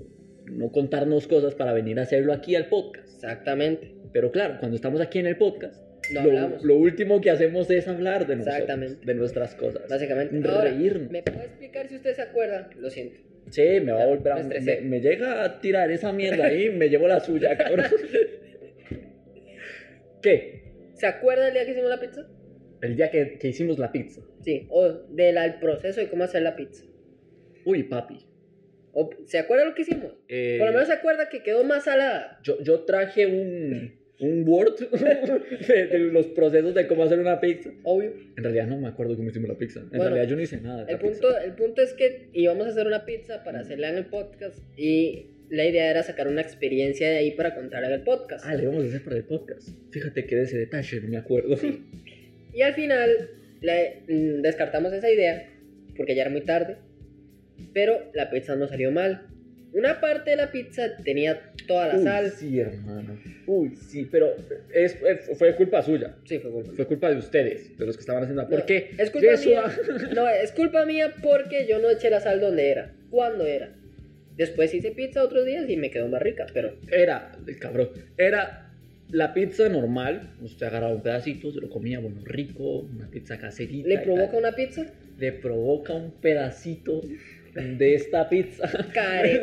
Speaker 1: no contarnos cosas para venir a hacerlo aquí al podcast.
Speaker 2: Exactamente.
Speaker 1: Pero claro, cuando estamos aquí en el podcast,
Speaker 2: No
Speaker 1: lo,
Speaker 2: hablamos.
Speaker 1: lo último que hacemos es hablar de nosotros,
Speaker 2: Exactamente.
Speaker 1: de nuestras cosas.
Speaker 2: Básicamente. Ahora,
Speaker 1: Reírnos.
Speaker 2: ¿me puede explicar si usted se acuerda? Lo siento.
Speaker 1: Sí, me va a
Speaker 2: Ya,
Speaker 1: volver a...
Speaker 2: me
Speaker 1: Me,
Speaker 2: estresé.
Speaker 1: me llega a tirar esa mierda ahí me llevo la suya, cabrón. ¿Qué?
Speaker 2: ¿Se acuerda del día que hicimos la pizza?
Speaker 1: El día que, que hicimos la pizza.
Speaker 2: Sí. O del al proceso de cómo hacer la pizza.
Speaker 1: Uy, papi.
Speaker 2: O- ¿Se acuerda lo que hicimos?
Speaker 1: eh,
Speaker 2: Por lo menos se acuerda que quedó más salada.
Speaker 1: yo, yo traje un, un Word de, de los procesos de cómo hacer una pizza.
Speaker 2: Obvio.
Speaker 1: En realidad no me acuerdo cómo hicimos la pizza. En
Speaker 2: Bueno,
Speaker 1: realidad yo no hice nada. de
Speaker 2: El
Speaker 1: la pizza.
Speaker 2: punto, el punto es que íbamos a hacer una pizza para hacerla en el podcast y la idea era sacar una experiencia de ahí para contar en el podcast.
Speaker 1: Ah, le vamos a hacer para el podcast. Fíjate que de ese detalle no me acuerdo.
Speaker 2: Y al final la- mm, descartamos esa idea porque ya era muy tarde, pero la pizza no salió mal. Una parte de la pizza tenía toda la
Speaker 1: Uy,
Speaker 2: sal.
Speaker 1: sí, hermano. Uy, sí, pero es, es- fue culpa suya.
Speaker 2: Sí, fue culpa.
Speaker 1: Fue culpa de ustedes, de los que estaban haciendo.
Speaker 2: No,
Speaker 1: ¿Por qué?
Speaker 2: Es culpa
Speaker 1: Eso
Speaker 2: mía.
Speaker 1: ha-
Speaker 2: No, es culpa mía porque yo no eché la sal donde era, cuando era. Después hice pizza otros días y me quedó más rica, pero
Speaker 1: Era, cabrón, era la pizza normal. Usted agarraba un pedacito, se lo comía, bueno, rico, una pizza caserita.
Speaker 2: le
Speaker 1: y
Speaker 2: provoca
Speaker 1: tal.
Speaker 2: una pizza.
Speaker 1: Le provoca un pedacito de esta pizza.
Speaker 2: Care.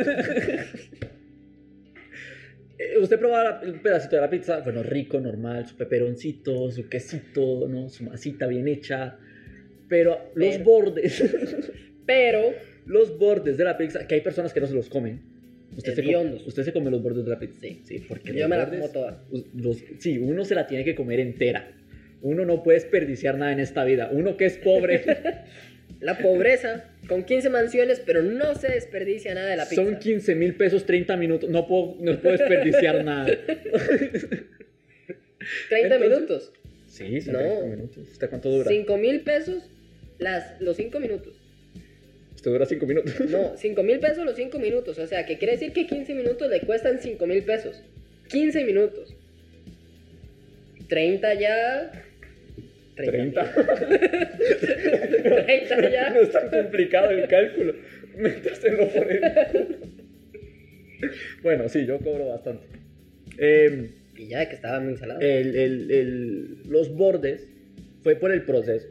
Speaker 1: Eh, Usted probaba la- el pedacito de la pizza, bueno, rico, normal, su peperoncito, su quesito, ¿no? Su masita bien hecha. Pero los
Speaker 2: Pero.
Speaker 1: bordes,
Speaker 2: Pero
Speaker 1: los bordes de la pizza, que hay personas que no se los comen. Usted se, come,
Speaker 2: Hediondos.
Speaker 1: usted se come los bordes de la pizza.
Speaker 2: Sí.
Speaker 1: porque
Speaker 2: Yo
Speaker 1: los
Speaker 2: me la
Speaker 1: bordes-
Speaker 2: como toda.
Speaker 1: Us- los- sí, uno se la tiene que comer entera. Uno no puede desperdiciar nada en esta vida. Uno que es pobre,
Speaker 2: La pobreza, con 15 mansiones, pero no se desperdicia nada de la pizza.
Speaker 1: son 15 mil pesos 30 minutos. No puedo, no puedo desperdiciar nada.
Speaker 2: 30
Speaker 1: entonces-
Speaker 2: minutos.
Speaker 1: Sí, son
Speaker 2: No.
Speaker 1: 30 minutos. ¿Usted cuánto dura?
Speaker 2: 5 mil pesos las, los 5 minutos.
Speaker 1: Usted dura 5 minutos.
Speaker 2: No, 5 mil pesos los 5 minutos. O sea, que quiere decir que 15 minutos le cuestan 5 mil pesos. 15 minutos. 30 ya.
Speaker 1: 30.
Speaker 2: 30 ya.
Speaker 1: No es tan complicado el cálculo. Mientras se lo pone. Bueno, sí, yo cobro bastante. Em,
Speaker 2: Y ya que estaba muy salado.
Speaker 1: el- el- el- los bordes fue por el proceso.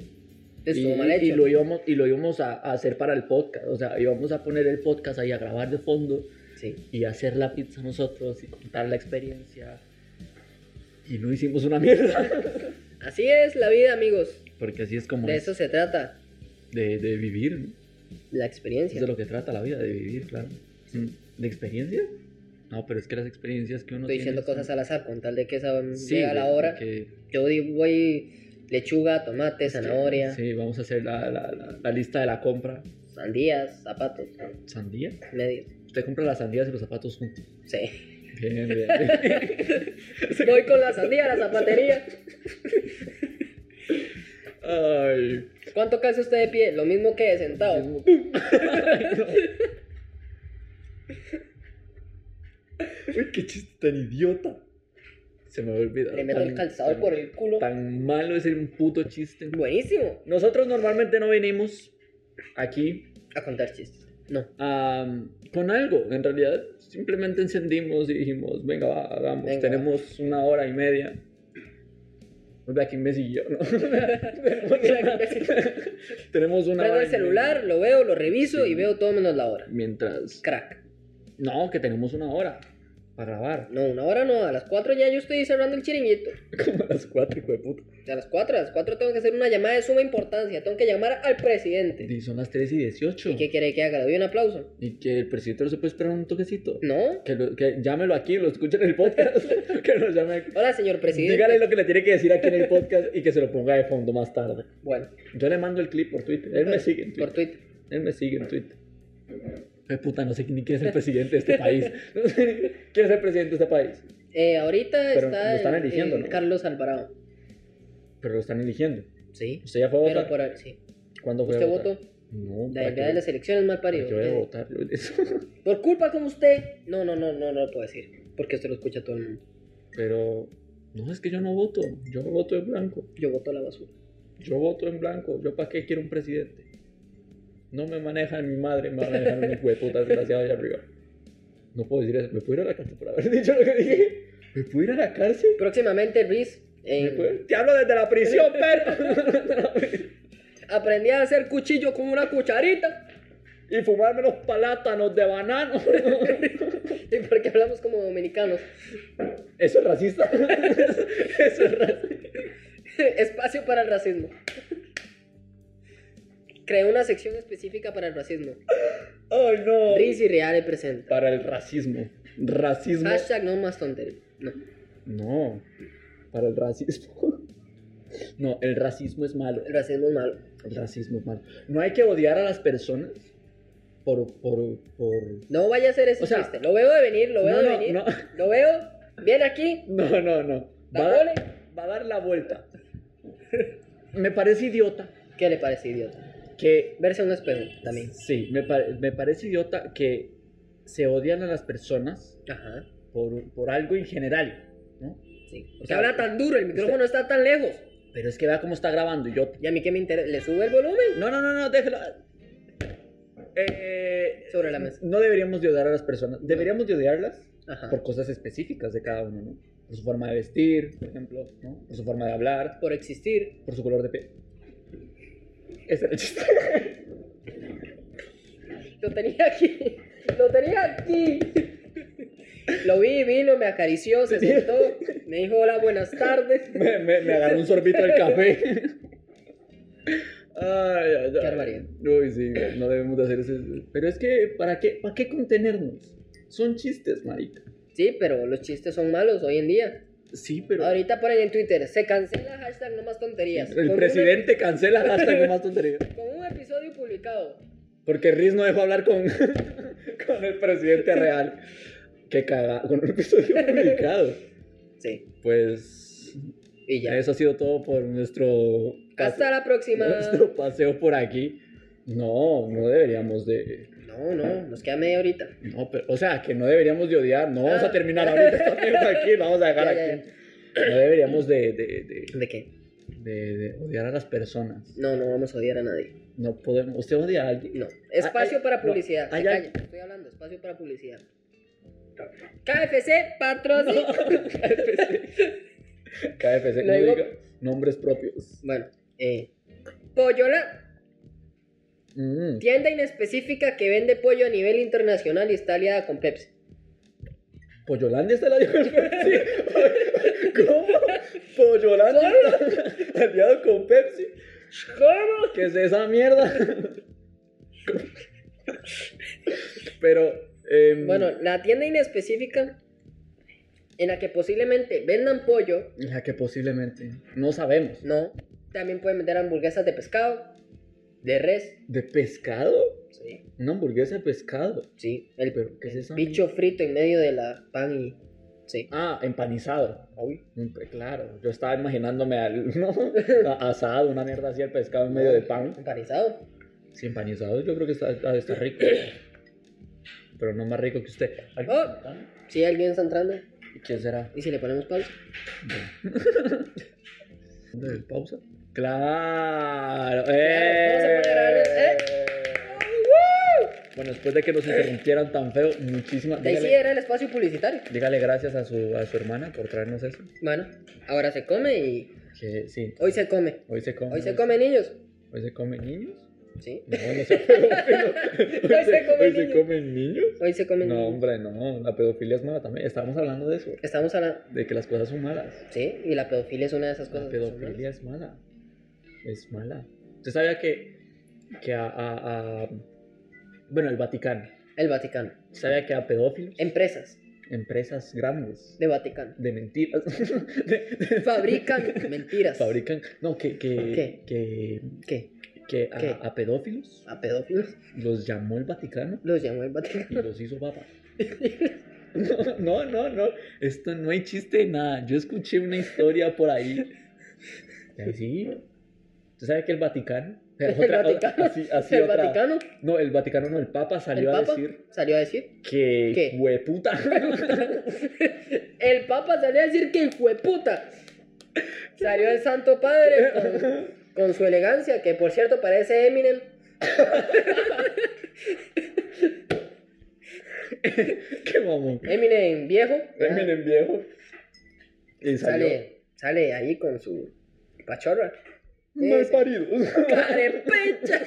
Speaker 2: Estuvo
Speaker 1: y,
Speaker 2: mal hecho.
Speaker 1: y lo íbamos, y lo íbamos a, a hacer para el podcast. O sea, íbamos a poner el podcast ahí a grabar de fondo
Speaker 2: Sí.
Speaker 1: y hacer la pizza nosotros y contar la experiencia. Y no hicimos una mierda.
Speaker 2: Así es la vida, amigos.
Speaker 1: Porque así es como
Speaker 2: De eso se trata.
Speaker 1: de, de vivir. ¿no?
Speaker 2: La
Speaker 1: Es
Speaker 2: experiencia.
Speaker 1: de lo que trata la vida, de vivir, claro. Mm, ¿De experiencia? No, pero es que las experiencias que uno
Speaker 2: Estoy diciendo
Speaker 1: tiene
Speaker 2: cosas
Speaker 1: son-
Speaker 2: al azar, con tal de que esa
Speaker 1: Sí,
Speaker 2: llega la
Speaker 1: de-
Speaker 2: hora.
Speaker 1: que-
Speaker 2: Yo di- voy lechuga, tomate, zanahoria,
Speaker 1: Sí, vamos a hacer la, la- la- la lista de la compra.
Speaker 2: sandías, zapatos,
Speaker 1: ¿Sandía?
Speaker 2: medios.
Speaker 1: Usted compra las sandías y los zapatos juntos.
Speaker 2: Sí.
Speaker 1: Bien, bien.
Speaker 2: Voy con la sandía a la zapatería.
Speaker 1: Ay.
Speaker 2: ¿Cuánto calza usted de pie? Lo mismo que de sentado.
Speaker 1: Uy, qué chiste tan idiota. Se me había olvidado.
Speaker 2: Le meto el
Speaker 1: Tan-
Speaker 2: calzado
Speaker 1: tan-
Speaker 2: por el culo.
Speaker 1: Tan malo es el puto chiste.
Speaker 2: Buenísimo.
Speaker 1: Nosotros normalmente no venimos aquí
Speaker 2: A contar chistes. No.
Speaker 1: am, con algo. En realidad, simplemente encendimos y dijimos, venga, va, hagamos.
Speaker 2: Venga,
Speaker 1: Tenemos una hora y media. Pues vea que imbécil yo, ¿no? Tenemos una
Speaker 2: Prendo
Speaker 1: hora y
Speaker 2: el
Speaker 1: media.
Speaker 2: celular, lo veo, lo reviso
Speaker 1: Sí.
Speaker 2: y veo todo menos la hora.
Speaker 1: Mientras...
Speaker 2: Crack.
Speaker 1: No, que tenemos una hora para grabar.
Speaker 2: No, una hora no. A las 4 ya yo estoy cerrando el chiringuito.
Speaker 1: Como a las cuatro, hijo de puta.
Speaker 2: A las 4, a las 4 tengo que hacer una llamada de suma importancia. Tengo que llamar al presidente.
Speaker 1: Y son las 3 y 18.
Speaker 2: ¿Y qué quiere que haga? ¿Le doy un aplauso?
Speaker 1: Y que el presidente no se puede esperar un toquecito.
Speaker 2: No.
Speaker 1: Que, lo- que llámelo aquí, lo escuchen en el podcast. que nos llame aquí.
Speaker 2: Hola, señor presidente.
Speaker 1: Dígale lo que le tiene que decir aquí en el podcast y que se lo ponga de fondo más tarde.
Speaker 2: Bueno,
Speaker 1: Yo le mando el clip por Twitter. Él me sigue en
Speaker 2: por
Speaker 1: Twitter.
Speaker 2: Twitter.
Speaker 1: Él me sigue en Twitter. Ay, puta, no sé ni quién es el presidente de este país. No sé ni quién es el presidente de este país.
Speaker 2: Eh, ahorita
Speaker 1: Pero
Speaker 2: está
Speaker 1: lo están
Speaker 2: el-
Speaker 1: eligiendo,
Speaker 2: el
Speaker 1: ¿no?
Speaker 2: Carlos Alvarado.
Speaker 1: Pero lo están eligiendo.
Speaker 2: Sí.
Speaker 1: ¿Usted ya fue a
Speaker 2: Pero
Speaker 1: votar?
Speaker 2: por ahí, sí.
Speaker 1: ¿Cuándo fue
Speaker 2: Usted
Speaker 1: a votar?
Speaker 2: votó
Speaker 1: No,
Speaker 2: Este la
Speaker 1: ¿para
Speaker 2: idea
Speaker 1: qué?
Speaker 2: de las elecciones mal
Speaker 1: ¿Para
Speaker 2: parido.
Speaker 1: qué voy a
Speaker 2: Eh,
Speaker 1: votar? yo de eso?
Speaker 2: Por culpa como usted. No, no, no, no, no lo puedo decir. Porque usted lo escucha todo el mundo.
Speaker 1: Pero no es que yo no voto, yo voto en blanco,
Speaker 2: Yo voto la basura.
Speaker 1: yo voto en blanco, yo para qué quiero un presidente. No me manejan mi madre, me manejan un hijo de puta desgraciado allá arriba. No puedo decir eso, me puedo ir a la cárcel por haber dicho lo que dije. ¿Me puedo ir a la cárcel?
Speaker 2: Próximamente, Riz.
Speaker 1: ¿Me
Speaker 2: eh,
Speaker 1: puedo- Te hablo desde la prisión, perro.
Speaker 2: aprendí a hacer cuchillo con una cucharita.
Speaker 1: y fumarme los palátanos de banano.
Speaker 2: Y porque hablamos como dominicanos.
Speaker 1: Eso es racista. Eso es racista.
Speaker 2: Espacio para el racismo. Creé una sección específica para el racismo.
Speaker 1: Ay, no.
Speaker 2: Riz y Reale presenta.
Speaker 1: Para el racismo. Racismo.
Speaker 2: Hashtag no más tontería. No.
Speaker 1: No, para el racismo. No, el racismo es malo.
Speaker 2: El racismo es malo.
Speaker 1: El racismo es malo. No hay que odiar a las personas por... por, por...
Speaker 2: No vaya a ser ese
Speaker 1: O sea,
Speaker 2: chiste. Lo veo de venir, lo veo
Speaker 1: no,
Speaker 2: de
Speaker 1: no,
Speaker 2: venir.
Speaker 1: no,
Speaker 2: Lo veo. Viene aquí.
Speaker 1: no, no, no. Va, a
Speaker 2: Tapone.
Speaker 1: dar- va a dar la vuelta. Me parece idiota
Speaker 2: ¿Qué le parece idiota?
Speaker 1: que...
Speaker 2: Verse a un espejo también.
Speaker 1: Sí, me, pa- me parece idiota que se odian a las personas
Speaker 2: Ajá.
Speaker 1: por, por algo en general. ¿no?
Speaker 2: Sí.
Speaker 1: O
Speaker 2: Porque
Speaker 1: sea,
Speaker 2: habla tan duro, el micrófono está tan lejos.
Speaker 1: Pero es que vea cómo está grabando y yo...
Speaker 2: Y a mí que me interesa. Le sube el volumen
Speaker 1: No, no, no, no, déjalo. Eh,
Speaker 2: sobre la mesa.
Speaker 1: No deberíamos de odiar a las personas. Deberíamos de odiarlas
Speaker 2: Ajá.
Speaker 1: por cosas específicas de cada uno, ¿no? Por su forma de vestir, por ejemplo, ¿no? Por su forma de hablar,
Speaker 2: Por existir.
Speaker 1: por su color de piel. Ese era el chiste.
Speaker 2: Lo tenía aquí. Lo tenía aquí. Lo vi, vino, me acarició, se sentó, me dijo hola, buenas tardes.
Speaker 1: Me, me, me agarró un sorbito del café. Ay, ay, ay.
Speaker 2: Qué barbaridad.
Speaker 1: Uy, sí, no debemos de hacer eso. Pero es que, ¿para qué, ¿para qué contenernos? Son chistes, marica.
Speaker 2: Sí, pero los chistes son malos hoy en día.
Speaker 1: Sí, pero.
Speaker 2: Ahorita ponen en Twitter, se cancela hashtag no más tonterías.
Speaker 1: El
Speaker 2: Con
Speaker 1: presidente cancela hashtag no más tontería.
Speaker 2: un- con un episodio publicado.
Speaker 1: Porque Riz no dejó hablar con, con el presidente real. Qué cagada. Con un episodio publicado.
Speaker 2: Sí.
Speaker 1: Pues.
Speaker 2: Y ya.
Speaker 1: Eso ha sido todo por nuestro.
Speaker 2: Hasta la próxima.
Speaker 1: Nuestro paseo por aquí. No, no deberíamos de.
Speaker 2: No, no, nos queda media horita.
Speaker 1: No, pero, o sea, que no deberíamos de odiar. No vamos
Speaker 2: Ah.
Speaker 1: a terminar ahorita esta mierda aquí. la Vamos a dejar
Speaker 2: Ya, ya,
Speaker 1: aquí. No deberíamos de- de- de,
Speaker 2: ¿De qué?
Speaker 1: de, de odiar a las personas.
Speaker 2: No, no vamos a odiar a nadie.
Speaker 1: No podemos. ¿Usted odia a alguien?
Speaker 2: Ah, eh, No. Espacio
Speaker 1: ay,
Speaker 2: para
Speaker 1: no.
Speaker 2: publicidad. Se
Speaker 1: Ay, ay.
Speaker 2: calla, Estoy hablando, espacio para publicidad. KFC patrocina.
Speaker 1: KFC.
Speaker 2: Lo
Speaker 1: No
Speaker 2: digo-
Speaker 1: diga nombres propios.
Speaker 2: Bueno, eh. Pollola.
Speaker 1: Mm,
Speaker 2: Tienda inespecífica que vende pollo a nivel internacional y está aliada con Pepsi.
Speaker 1: Pollolandia se la dio el Pepsi. ¿Cómo? Pollolandia está aliado con Pepsi.
Speaker 2: ¿Cómo?
Speaker 1: ¿Qué es esa mierda? Pero. em,
Speaker 2: Bueno, la tienda inespecífica en la que posiblemente vendan pollo,
Speaker 1: Ya que posiblemente. No sabemos.
Speaker 2: no. También pueden vender hamburguesas de pescado, de res.
Speaker 1: ¿De pescado?
Speaker 2: Sí,
Speaker 1: ¿Una hamburguesa de pescado?
Speaker 2: sí. El
Speaker 1: ¿Pero qué es esa?
Speaker 2: bicho frito en medio de la pan y. Sí.
Speaker 1: Ah, empanizado. Mm, pues, Claro, yo estaba imaginándome al, ¿no? A- asado, una mierda así, el pescado en medio
Speaker 2: Ah.
Speaker 1: de pan.
Speaker 2: Empanizado.
Speaker 1: Sí, empanizado, yo creo que está, está- está rico. Pero no más rico que usted. Ay,
Speaker 2: Oh. Si alguien está entrando,
Speaker 1: ¿Quién será?
Speaker 2: y si le ponemos pausa.
Speaker 1: ¿De pausa? ¡Claro!
Speaker 2: Claro, vamos a poner a ver,
Speaker 1: ¡Eh! Bueno, después de que nos interrumpieran tan feo, muchísimas
Speaker 2: De ahí sí
Speaker 1: dígale,
Speaker 2: era el espacio publicitario.
Speaker 1: dígale gracias a su, a su hermana por traernos eso.
Speaker 2: Bueno, ahora se come y.
Speaker 1: Que sí,
Speaker 2: Hoy se come.
Speaker 1: hoy se come.
Speaker 2: Hoy se come, niños.
Speaker 1: Hoy se come niños.
Speaker 2: Sí.
Speaker 1: No, no sea pedófilo.
Speaker 2: Hoy se comen
Speaker 1: hoy se
Speaker 2: niños.
Speaker 1: comen niños.
Speaker 2: Hoy se come.
Speaker 1: No, hombre, no. La pedofilia es mala también. Estábamos hablando de eso.
Speaker 2: Estamos hablando.
Speaker 1: De que las cosas son malas.
Speaker 2: Sí, y la pedofilia es una de esas cosas.
Speaker 1: La
Speaker 2: que son
Speaker 1: pedofilia es mala. Es mala. Usted sabía que, que a, a- a- Bueno, el Vaticano.
Speaker 2: malas. El Vaticano.
Speaker 1: Sabía que a pedófilos,
Speaker 2: Empresas
Speaker 1: empresas grandes
Speaker 2: Em- de Vaticano.
Speaker 1: de mentiras, de- de-
Speaker 2: Fabrican mentiras.
Speaker 1: fabrican. No, que.
Speaker 2: ¿Qué?
Speaker 1: que Que,
Speaker 2: ¿Qué?
Speaker 1: que a,
Speaker 2: ¿Qué?
Speaker 1: a pedófilos
Speaker 2: A pedófilos.
Speaker 1: los llamó el Vaticano
Speaker 2: Los llamó el Vaticano.
Speaker 1: y los hizo papa. No, no, no. Esto no hay chiste de nada. Yo escuché una historia por ahí. Y ahí sí. ¿Tú sabes que el Vaticano?
Speaker 2: El
Speaker 1: Otra-
Speaker 2: Vaticano.
Speaker 1: Así, así
Speaker 2: el
Speaker 1: otra-
Speaker 2: Vaticano
Speaker 1: No, el Vaticano no, el Papa salió
Speaker 2: ¿El
Speaker 1: a
Speaker 2: Papa?
Speaker 1: decir
Speaker 2: salió a decir.
Speaker 1: que
Speaker 2: ¿Qué?
Speaker 1: hueputa.
Speaker 2: El Papa salió a decir que hijo de puta. Salió el Santo Padre con, con su elegancia, que por cierto parece Eminem.
Speaker 1: Qué mamón.
Speaker 2: Eminem viejo. ¿verdad?
Speaker 1: Eminem viejo. Y salió.
Speaker 2: Sale, sale ahí con su pachorra.
Speaker 1: Mal
Speaker 2: Sí, sí.
Speaker 1: parido.
Speaker 2: ¡Carepecha!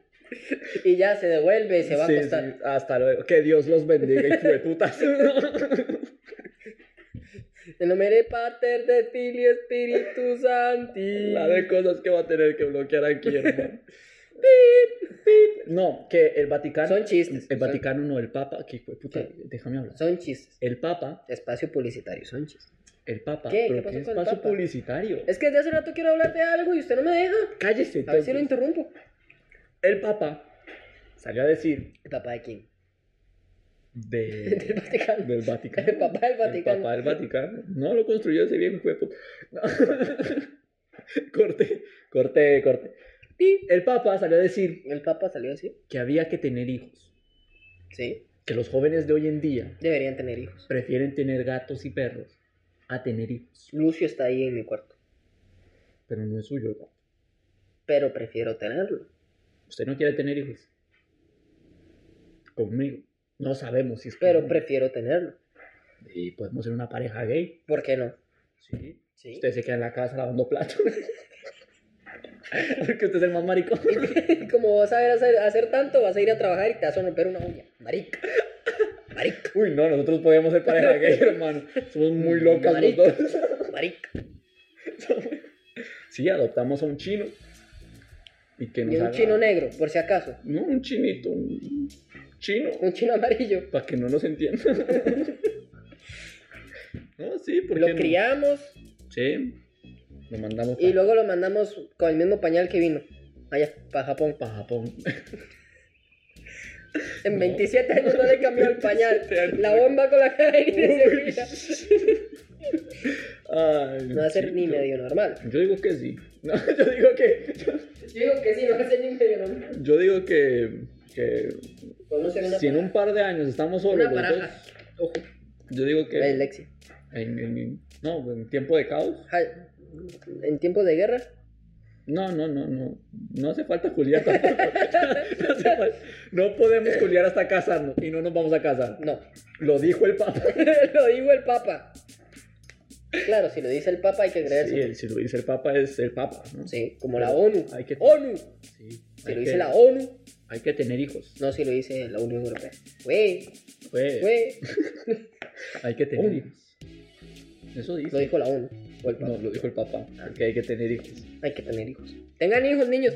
Speaker 2: y ya se devuelve y se va a
Speaker 1: Sí,
Speaker 2: acostar.
Speaker 1: sí, hasta luego. Que Dios los bendiga y hueputas.
Speaker 2: En nombre Pater de Filio Espíritu Santi.
Speaker 1: La de cosas que va a tener que bloquear aquí, hermano. No, que el Vaticano.
Speaker 2: Son chistes.
Speaker 1: El
Speaker 2: son-
Speaker 1: Vaticano no, el Papa. Aquí, fue puta,
Speaker 2: ¿Qué?
Speaker 1: déjame hablar.
Speaker 2: Son chistes.
Speaker 1: El Papa,
Speaker 2: Espacio publicitario, son chistes.
Speaker 1: el Papa.
Speaker 2: ¿Qué?
Speaker 1: ¿Pero
Speaker 2: ¿Qué pasó
Speaker 1: qué
Speaker 2: con el
Speaker 1: espacio
Speaker 2: Papa?
Speaker 1: publicitario?
Speaker 2: Es que desde hace rato quiero hablar de algo y usted no me deja.
Speaker 1: Cállese.
Speaker 2: A ver si lo
Speaker 1: entonces.
Speaker 2: interrumpo.
Speaker 1: El Papa salió a decir
Speaker 2: ¿El papá de quién?
Speaker 1: de,
Speaker 2: Del Vaticano.
Speaker 1: del Vaticano.
Speaker 2: El papá del Vaticano.
Speaker 1: El Papa del Vaticano. No lo construyó ese viejo hijo de puta. No. corte, corte, corte.
Speaker 2: Pi.
Speaker 1: El Papa salió a decir
Speaker 2: El papá salió así.
Speaker 1: que había que tener hijos.
Speaker 2: Sí.
Speaker 1: Que los jóvenes de hoy en día
Speaker 2: Deberían tener hijos.
Speaker 1: prefieren tener gatos y perros a tener hijos.
Speaker 2: Lucio está ahí en mi cuarto.
Speaker 1: Pero no es suyo. ¿no?
Speaker 2: Pero prefiero tenerlo.
Speaker 1: Usted no quiere tener hijos. Conmigo. No sabemos si es
Speaker 2: Pero
Speaker 1: conmigo.
Speaker 2: prefiero tenerlo.
Speaker 1: Y podemos ser una pareja gay.
Speaker 2: ¿Por qué no?
Speaker 1: Sí.
Speaker 2: Sí.
Speaker 1: Usted se queda en la casa lavando platos. Porque usted es el más maricón.
Speaker 2: Como vas a ver hacer, hacer tanto, vas a ir a trabajar y te vas a romper una uña. Marica. Marica.
Speaker 1: Uy, no, nosotros podemos ser pareja gay, hermano. Somos
Speaker 2: Mm,
Speaker 1: muy locas
Speaker 2: Marica.
Speaker 1: los dos.
Speaker 2: Marica.
Speaker 1: Sí, adoptamos a un chino. Y que
Speaker 2: Y
Speaker 1: nos
Speaker 2: un
Speaker 1: haga-
Speaker 2: chino negro, por si acaso.
Speaker 1: No, un chinito. un- chino.
Speaker 2: Un chino amarillo.
Speaker 1: Para que no nos entiendan. no, sí, porque.
Speaker 2: Lo criamos
Speaker 1: Sí. Lo mandamos
Speaker 2: y luego lo mandamos con el mismo pañal que vino. Allá, para Japón.
Speaker 1: para Japón.
Speaker 2: En
Speaker 1: No.
Speaker 2: 27 años no le cambió el pañal.
Speaker 1: 27 años.
Speaker 2: La bomba con la que
Speaker 1: Uy.
Speaker 2: venía se mira.
Speaker 1: Ay,
Speaker 2: No va a ser ni
Speaker 1: chico.
Speaker 2: medio normal.
Speaker 1: Yo digo que sí. No, yo digo que.
Speaker 2: Yo digo que sí, no va a ser ni medio normal.
Speaker 1: Yo digo que. que
Speaker 2: Podemos hacer una
Speaker 1: si en un par de años estamos solos.
Speaker 2: Una
Speaker 1: los dos,
Speaker 2: baraja. Ojo.
Speaker 1: yo digo
Speaker 2: Es
Speaker 1: que.
Speaker 2: Lexi.
Speaker 1: En, en- en- no, en tiempo de caos.
Speaker 2: Ja- En tiempos de guerra.
Speaker 1: No, no, no, no. No hace falta culiar tampoco. no, hace falta- no podemos culiar hasta casarnos y no nos vamos a casar.
Speaker 2: No.
Speaker 1: Lo dijo el Papa.
Speaker 2: lo dijo el Papa. Claro, si lo dice el Papa hay que creerse.
Speaker 1: Sí, el- si lo dice el Papa es el Papa, ¿no?
Speaker 2: Sí, como la ONU.
Speaker 1: Hay que-
Speaker 2: ONU.
Speaker 1: Sí.
Speaker 2: Si
Speaker 1: Hay,
Speaker 2: lo
Speaker 1: que,
Speaker 2: dice la ONU,
Speaker 1: hay que tener hijos.
Speaker 2: no si lo dice la Unión Europea. Güey,
Speaker 1: Pues,
Speaker 2: güey.
Speaker 1: hay que tener
Speaker 2: Oh.
Speaker 1: hijos. Eso dice.
Speaker 2: Lo dijo la ONU. O el Papa.
Speaker 1: No, lo dijo el Papa. Que hay que tener hijos.
Speaker 2: Hay que tener hijos. Tengan hijos, niños.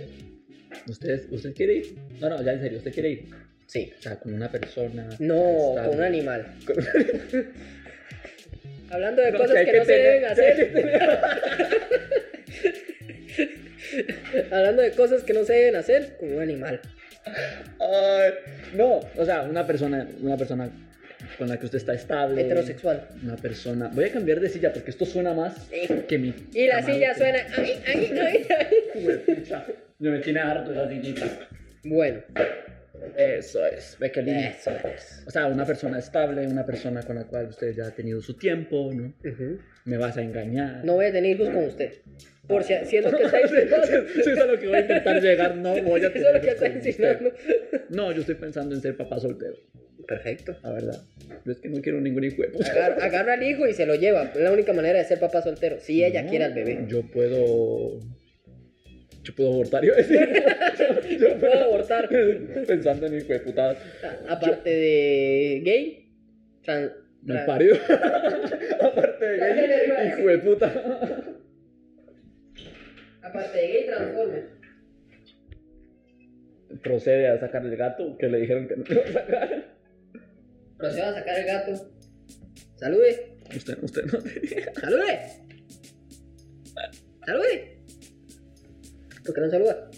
Speaker 1: ¿Usted, ¿Usted quiere hijos? No, no, ya en serio, ¿usted quiere hijos?
Speaker 2: Sí.
Speaker 1: O sea, con una persona.
Speaker 2: No,
Speaker 1: estable.
Speaker 2: con un animal. Hablando de
Speaker 1: No,
Speaker 2: cosas
Speaker 1: hay
Speaker 2: que, no se
Speaker 1: tener-
Speaker 2: deben
Speaker 1: que hay
Speaker 2: hacer.
Speaker 1: que tener-
Speaker 2: Hablando de cosas que no se deben hacer con un animal.
Speaker 1: Ay, no, o sea, una persona, una persona con la que usted está estable.
Speaker 2: Heterosexual.
Speaker 1: Una persona. Voy a cambiar de silla porque esto suena más que mi.
Speaker 2: Y la
Speaker 1: camarote.
Speaker 2: silla suena. ay, ay, ay, ay.
Speaker 1: Juepucha, Yo me tiene harto esa sillita.
Speaker 2: Bueno,
Speaker 1: Eso es, ve qué lindo.
Speaker 2: eso es.
Speaker 1: O sea, una persona estable, una persona con la cual usted ya ha tenido su tiempo, ¿no?
Speaker 2: Ujú.
Speaker 1: Me vas a engañar.
Speaker 2: No voy a tener hijos con usted. Por si, si es lo que está
Speaker 1: Sí,
Speaker 2: insinuando.
Speaker 1: sí, sí, eso es lo que voy a intentar llegar, no voy a
Speaker 2: Eso es
Speaker 1: tener
Speaker 2: lo que
Speaker 1: hijos
Speaker 2: está
Speaker 1: con usted.
Speaker 2: insinuando.
Speaker 1: No, yo estoy pensando en ser papá soltero,
Speaker 2: Perfecto.
Speaker 1: la verdad. Yo es que no quiero ningún hijo. de puta.
Speaker 2: Agarra, agarra al hijo y se lo lleva. Es la única manera de ser papá soltero. Si ella
Speaker 1: No,
Speaker 2: quiere al bebé.
Speaker 1: Yo puedo. Yo puedo abortar, iba a decir. Yo, yo
Speaker 2: Puedo abortar.
Speaker 1: Pensando en hijo de putada.
Speaker 2: A- Aparte de gay, tran-
Speaker 1: Me
Speaker 2: tran-
Speaker 1: parido. Aparte de
Speaker 2: También le iba a
Speaker 1: gay,
Speaker 2: decir.
Speaker 1: hijo de puta.
Speaker 2: aparte de gay, transforme.
Speaker 1: Procede a sacar el gato que le dijeron que no iba a sacar.
Speaker 2: Pero se va a sacar el gato. Salude,
Speaker 1: Usted, usted no.
Speaker 2: salude. Salude. ¿Por qué no saluda?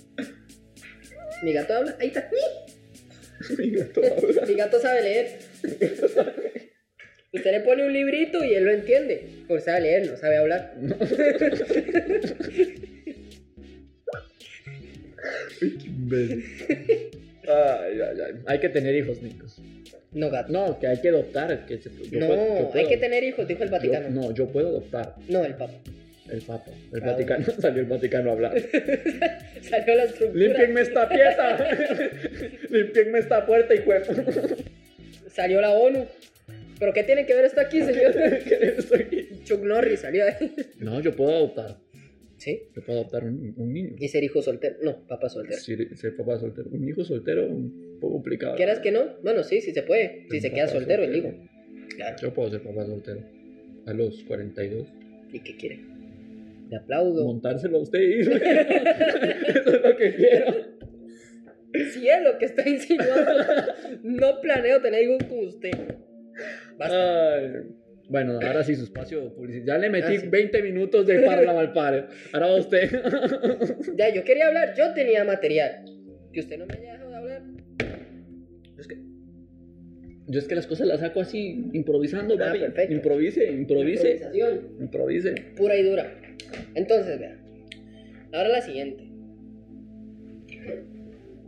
Speaker 2: Mi gato habla. Ahí está.
Speaker 1: Mi gato habla.
Speaker 2: Mi gato sabe leer. Usted le pone un librito y él lo entiende. Porque sabe leer, no sabe hablar.
Speaker 1: Ay, qué imbécil. Ay, ay, ay. Hay que tener hijos, Nicos.
Speaker 2: No, gato.
Speaker 1: No, que hay que adoptar. Que se- yo
Speaker 2: no,
Speaker 1: puedo- yo
Speaker 2: hay
Speaker 1: puedo-
Speaker 2: que tener hijos, dijo el
Speaker 1: yo-
Speaker 2: Vaticano. no.
Speaker 1: no, yo puedo adoptar.
Speaker 2: el Papa.
Speaker 1: El Papa. El
Speaker 2: Ah,
Speaker 1: Vaticano. Salió el Vaticano a hablar.
Speaker 2: Salió la estructura.
Speaker 1: Límpienme esta pieza. Límpienme esta puerta y cuerpo.
Speaker 2: Salió la ONU. ¿Pero qué tiene que ver esto aquí, señor?
Speaker 1: aquí?
Speaker 2: Chuck Norris salió ahí.
Speaker 1: No, yo puedo adoptar.
Speaker 2: Sí.
Speaker 1: Yo puedo adoptar un, un niño.
Speaker 2: Y ser hijo soltero. No, papá soltero.
Speaker 1: Ser, ser papá soltero. Un hijo soltero, un poco complicado.
Speaker 2: ¿Quieras que no? Bueno, sí, sí se puede. Si
Speaker 1: Un
Speaker 2: se
Speaker 1: papá
Speaker 2: queda soltero, el hijo.
Speaker 1: soltero. Yo puedo ser papá soltero. A los 42.
Speaker 2: ¿Y qué quiere? Le aplaudo.
Speaker 1: Montárselo a usted y irme. Eso es lo que quiero.
Speaker 2: Si es lo que está insinuando. No planeo tener hijos con usted. Basta.
Speaker 1: Ay. Bueno, ahora sí, su espacio publicitario. Ya le metí
Speaker 2: Ah, sí.
Speaker 1: 20 minutos de parla mal padre. Ahora va usted.
Speaker 2: Ya, yo quería hablar. Yo tenía material. Que usted no me haya dejado de hablar.
Speaker 1: Yo es que, yo es que las cosas las saco así, improvisando,
Speaker 2: Ah,
Speaker 1: papi.
Speaker 2: perfecto.
Speaker 1: Improvise, improvise,
Speaker 2: Improvisación.
Speaker 1: improvise.
Speaker 2: Pura y dura. Entonces, vea. Ahora la siguiente.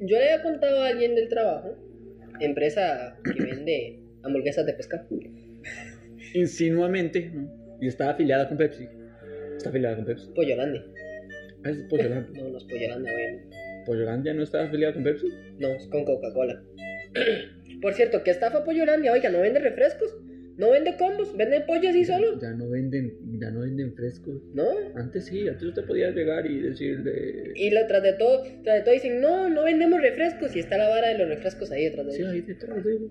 Speaker 2: Yo le había contado a alguien del trabajo, empresa que vende hamburguesas de pescado.
Speaker 1: Insinuamente, ¿no? Y está afiliada con Pepsi. Está afiliada con Pepsi.
Speaker 2: Pollolande.
Speaker 1: Ah, Es Pollolandia.
Speaker 2: No, no es Pollolande, obviamente.
Speaker 1: Pollolandia no está afiliada con Pepsi.
Speaker 2: No, es con Coca-Cola. Por cierto, ¿qué estafa Pollolandia? Oiga, no vende refrescos, no vende combos, vende pollo así solo.
Speaker 1: Ya no venden, ya no venden frescos.
Speaker 2: No.
Speaker 1: Antes sí, antes usted podía llegar y decirle.
Speaker 2: Y lo, tras de todo, tras de todo dicen, no, no vendemos refrescos. Y está la vara de los refrescos ahí detrás de
Speaker 1: Sí,
Speaker 2: ellos.
Speaker 1: ahí detrás de él.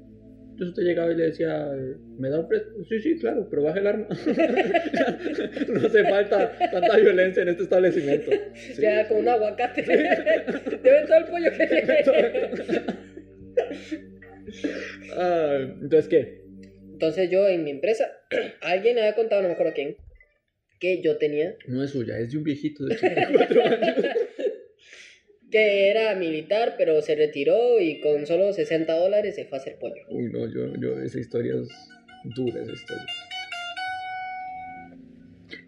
Speaker 1: Entonces usted llegaba y le decía, "Eh, ¿me da un fresco? Sí, sí, claro, pero baje el arma. no hace falta tanta violencia en este establecimiento. Sí,
Speaker 2: ya
Speaker 1: sí.
Speaker 2: con un aguacate. Te ven todo el pollo que tiene.
Speaker 1: Ah, Entonces, ¿qué?
Speaker 2: Entonces yo en mi empresa, alguien me había contado, no me acuerdo quién, que yo tenía,
Speaker 1: No es suya, es de un viejito de 84 años.
Speaker 2: que era militar, pero se retiró y con solo 60 dólares se fue a hacer pollo.
Speaker 1: Uy, no, yo, yo, esa historia es dura, esa historia.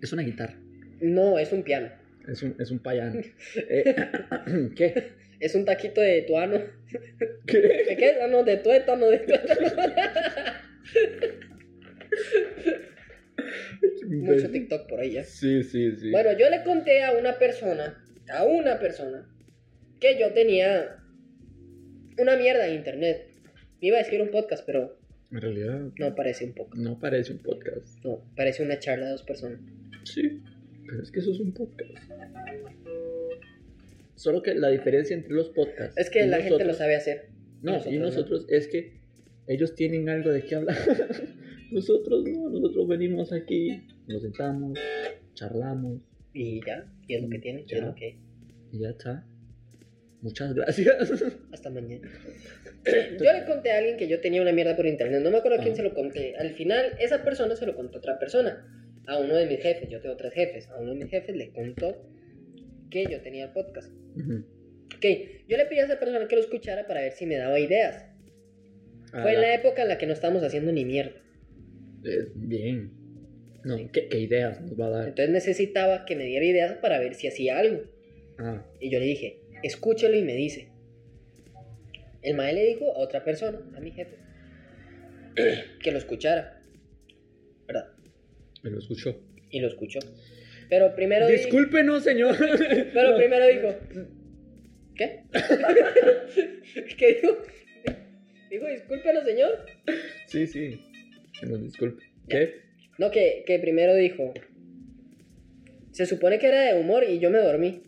Speaker 1: Es una guitarra,
Speaker 2: No, es un piano.
Speaker 1: es un, es un payán. Eh, ¿Qué?
Speaker 2: Es un taquito de tuano.
Speaker 1: ¿Qué?
Speaker 2: ¿De qué? Ah, no, de tuétano, de tuétano. Mucho TikTok por ahí ya.
Speaker 1: Sí, sí, sí.
Speaker 2: Bueno, yo le conté a una persona, a una persona, que yo tenía una mierda de internet. Iba a escribir un podcast, pero
Speaker 1: en realidad
Speaker 2: no parece un podcast.
Speaker 1: no parece un podcast.
Speaker 2: No, parece una charla de dos personas.
Speaker 1: Sí, pero es que eso es un podcast. Solo que la diferencia entre los podcasts.
Speaker 2: Es que
Speaker 1: y
Speaker 2: la gente lo
Speaker 1: nosotros-
Speaker 2: sabe hacer.
Speaker 1: No,
Speaker 2: Nosotros
Speaker 1: y
Speaker 2: no.
Speaker 1: nosotros es que ellos tienen algo de qué hablar. nosotros no, nosotros venimos aquí, nos sentamos, charlamos
Speaker 2: Y ya, y es lo que tiene, y es
Speaker 1: Mm, Ya.
Speaker 2: lo que hay.
Speaker 1: y ya está. Muchas gracias.
Speaker 2: Hasta mañana. Yo le conté a alguien que yo tenía una mierda por internet. No me acuerdo a quién
Speaker 1: Ajá.
Speaker 2: se lo conté. Al final, esa persona se lo contó a otra persona. A uno de mis jefes. Yo tengo tres jefes. A uno de mis jefes le contó que yo tenía el podcast.
Speaker 1: Ujú.
Speaker 2: Ok, yo le pedí a esa persona que lo escuchara para ver si me daba ideas.
Speaker 1: Ah,
Speaker 2: Fue en la época en la que no estábamos haciendo ni mierda.
Speaker 1: eh, bien. No, ¿qué, qué ideas nos va a dar?
Speaker 2: Entonces necesitaba que me diera ideas para ver si hacía algo.
Speaker 1: Ah,
Speaker 2: Y yo le dije, escúchalo y me dice. El mae le dijo a otra persona, a mi jefe, que lo escuchara. ¿Verdad?
Speaker 1: me lo escuchó.
Speaker 2: Y lo escuchó. Pero primero, di-
Speaker 1: Discúlpenos, señor.
Speaker 2: pero
Speaker 1: No.
Speaker 2: primero dijo, ¿qué? ¿Qué dijo? Dijo, discúlpelo, señor.
Speaker 1: Sí, sí. Que nos disculpe. ¿Qué?
Speaker 2: No, que, que primero dijo. Se supone que era de humor y yo me dormí.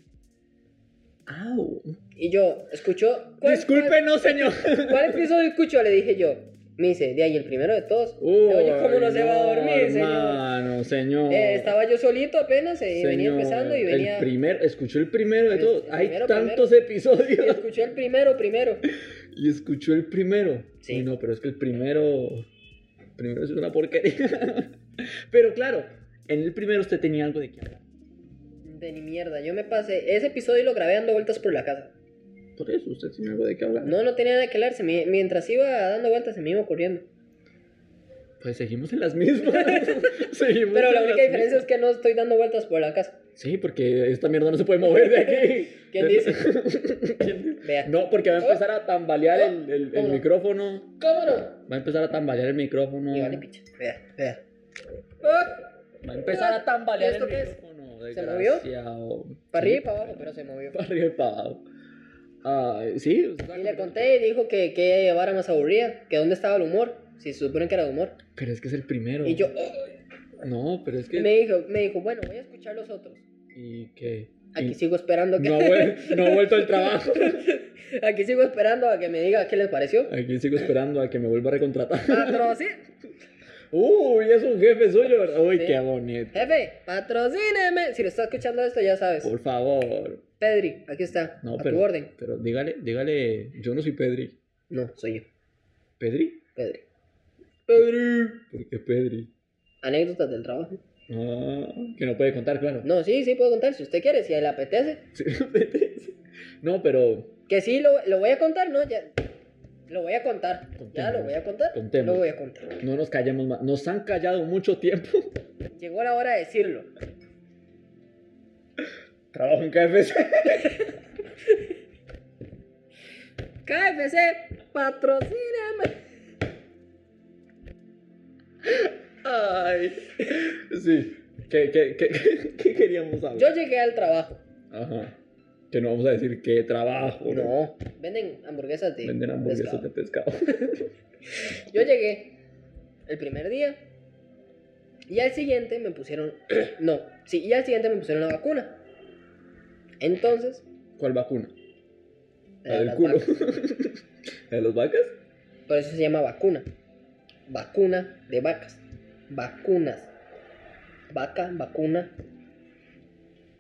Speaker 1: Au.
Speaker 2: Y yo, escuchó. ¿cuál,
Speaker 1: Discúlpenos, señor.
Speaker 2: cuál- cuál episodio escuchó? Le dije yo. Me dice, de ahí el primero de todos. Oye, ¿cómo no se va a dormir, señor?
Speaker 1: hermano, señor?
Speaker 2: Eh, estaba yo solito apenas eh, y venía
Speaker 1: Señor,
Speaker 2: empezando y venía.
Speaker 1: El primero, escuchó el primero de
Speaker 2: El-
Speaker 1: todos.
Speaker 2: el
Speaker 1: Hay
Speaker 2: primero,
Speaker 1: tantos
Speaker 2: y
Speaker 1: episodios.
Speaker 2: escuché el primero, primero.
Speaker 1: Y escuchó el primero.
Speaker 2: Sí.
Speaker 1: Uy, no, pero es que el primero. el primero es una porquería. pero claro, en el primero usted tenía algo de qué hablar.
Speaker 2: De ni mierda. Yo me pasé. Ese episodio lo grabé dando vueltas por la casa.
Speaker 1: Por eso, usted tenía algo de qué hablar.
Speaker 2: No, no tenía nada que hablar. se me- mientras iba dando vueltas, se me iba ocurriendo.
Speaker 1: Pues seguimos en las mismas. seguimos
Speaker 2: Pero
Speaker 1: en
Speaker 2: la
Speaker 1: las
Speaker 2: única diferencia
Speaker 1: mismas.
Speaker 2: es que no estoy dando vueltas por la casa.
Speaker 1: Sí, porque esta mierda no se puede mover de aquí.
Speaker 2: ¿Quién dice?
Speaker 1: ¿Quién dice?
Speaker 2: Vea.
Speaker 1: No, porque va a empezar a tambalear el, el- el
Speaker 2: ¿Cómo?
Speaker 1: micrófono.
Speaker 2: ¿Cómo no?
Speaker 1: Va a empezar a tambalear el micrófono.
Speaker 2: Y vale, picha. Vea, vea.
Speaker 1: Ah. Va a empezar a tambalear el
Speaker 2: Ah, ¿Esto qué es?
Speaker 1: micrófono.
Speaker 2: ¿Se movió?
Speaker 1: desgraciado.
Speaker 2: Para arriba y para abajo, pero se movió.
Speaker 1: Para arriba y para abajo. Ah, sí. o sea,
Speaker 2: Y le conté y dijo que qué vara más aburrida, que dónde estaba el humor, si se supone que era de humor.
Speaker 1: Pero es que es el primero.
Speaker 2: Y yo, "Oh".
Speaker 1: No, pero es
Speaker 2: Y
Speaker 1: que.
Speaker 2: me dijo, me dijo, bueno, voy a escuchar los otros.
Speaker 1: ¿Y qué?
Speaker 2: Aquí
Speaker 1: Y-
Speaker 2: sigo esperando que
Speaker 1: No ha, vuel- no ha vuelto al trabajo.
Speaker 2: Aquí sigo esperando a que me diga qué les pareció.
Speaker 1: Aquí sigo esperando a que me vuelva a recontratar.
Speaker 2: Patrocín,
Speaker 1: Uy, es un jefe suyo. ¿verdad? Uy,
Speaker 2: Sí.
Speaker 1: qué bonito.
Speaker 2: jefe, patrocíneme. Si lo está escuchando esto, ya sabes.
Speaker 1: Por favor.
Speaker 2: Pedri, aquí está.
Speaker 1: No,
Speaker 2: a
Speaker 1: pero-
Speaker 2: tu orden.
Speaker 1: Pero dígale, dígale. Yo no soy Pedri.
Speaker 2: No, soy yo,
Speaker 1: ¿Pedri?
Speaker 2: Pedri. Pedri.
Speaker 1: ¿Por qué Pedri?
Speaker 2: Anécdotas del trabajo.
Speaker 1: Ah, que no puede contar, claro.
Speaker 2: No, sí, sí puedo contar si usted quiere, si a él le apetece.
Speaker 1: Sí, No, pero
Speaker 2: Que sí, lo, lo voy a contar, ¿no? Ya, lo voy a contar. Ya lo voy a contar.
Speaker 1: Contemos.
Speaker 2: Lo voy a contar.
Speaker 1: no nos callemos más. Nos han callado mucho tiempo.
Speaker 2: Llegó la hora de decirlo.
Speaker 1: Trabajo en KFC.
Speaker 2: KFC, patrocíname.
Speaker 1: Ay. Sí. ¿Qué, qué, qué, qué queríamos
Speaker 2: Yo
Speaker 1: hablar?
Speaker 2: llegué al trabajo.
Speaker 1: Ajá. Que no vamos a decir qué trabajo.
Speaker 2: No, venden hamburguesas de.
Speaker 1: Venden hamburguesas
Speaker 2: pescado.
Speaker 1: de pescado.
Speaker 2: Yo llegué el primer día. Y al siguiente me pusieron. no, sí, y al siguiente me pusieron la vacuna. Entonces.
Speaker 1: ¿Cuál vacuna? La del
Speaker 2: las
Speaker 1: culo.
Speaker 2: vacas-
Speaker 1: ¿La de los vacas?
Speaker 2: Por eso se llama vacuna. Vacuna de vacas. Vacunas. Vaca, vacuna.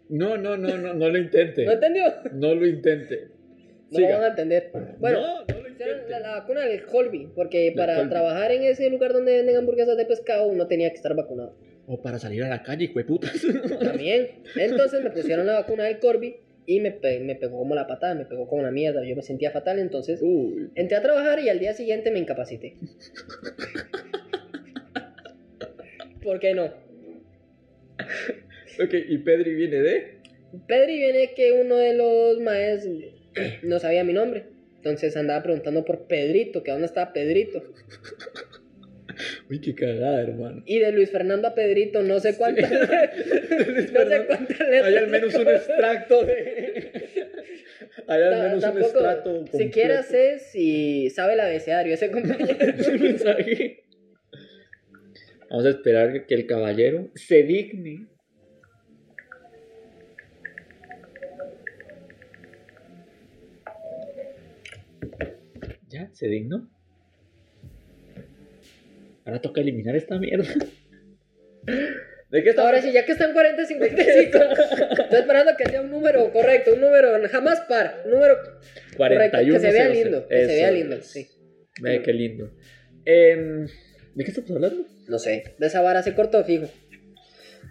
Speaker 1: No, no, no, no, no lo intente.
Speaker 2: ¿No entendió?
Speaker 1: No lo intente.
Speaker 2: No lo van a entender. Bueno,
Speaker 1: no, no lo intente.
Speaker 2: pusieron la, la vacuna del Colby, porque para trabajar en ese lugar donde venden hamburguesas de pescado uno tenía que estar vacunado.
Speaker 1: O para salir a la calle, putas.
Speaker 2: También. Entonces me pusieron la vacuna del Colby y me, pe- me pegó como la patada, me pegó como la mierda. Yo me sentía fatal, entonces
Speaker 1: Uy.
Speaker 2: entré a trabajar y al día siguiente me incapacité. ¿Por qué no?
Speaker 1: Ok, y Pedri viene de.
Speaker 2: Pedri viene que uno de los maes no sabía mi nombre. Entonces andaba preguntando por Pedrito, que dónde estaba Pedrito.
Speaker 1: Uy, qué cagada, hermano.
Speaker 2: Y de Luis Fernando a Pedrito, no sé cuántas. no sé cuántas letras.
Speaker 1: Hay al menos un extracto de. Hay al
Speaker 2: Ta-
Speaker 1: menos un
Speaker 2: tampoco-
Speaker 1: extracto.
Speaker 2: Siquiera sé si sabe el abecedario ese compañero.
Speaker 1: completo de su mensaje. Vamos a esperar que el caballero se digne. Ya, se dignó. Ahora toca eliminar esta mierda. ¿De qué estamos
Speaker 2: Ahora sí, ya que están 40 55, estoy esperando que sea un número correcto, un núero jamás par, un número correcto,
Speaker 1: 41
Speaker 2: que se vea
Speaker 1: 00.
Speaker 2: lindo, que se
Speaker 1: Eso
Speaker 2: vea lindo,
Speaker 1: es.
Speaker 2: sí.
Speaker 1: Ve qué lindo. Em, ¿De qué estamos hablando?
Speaker 2: No sé, de esa vara se cortó fijo.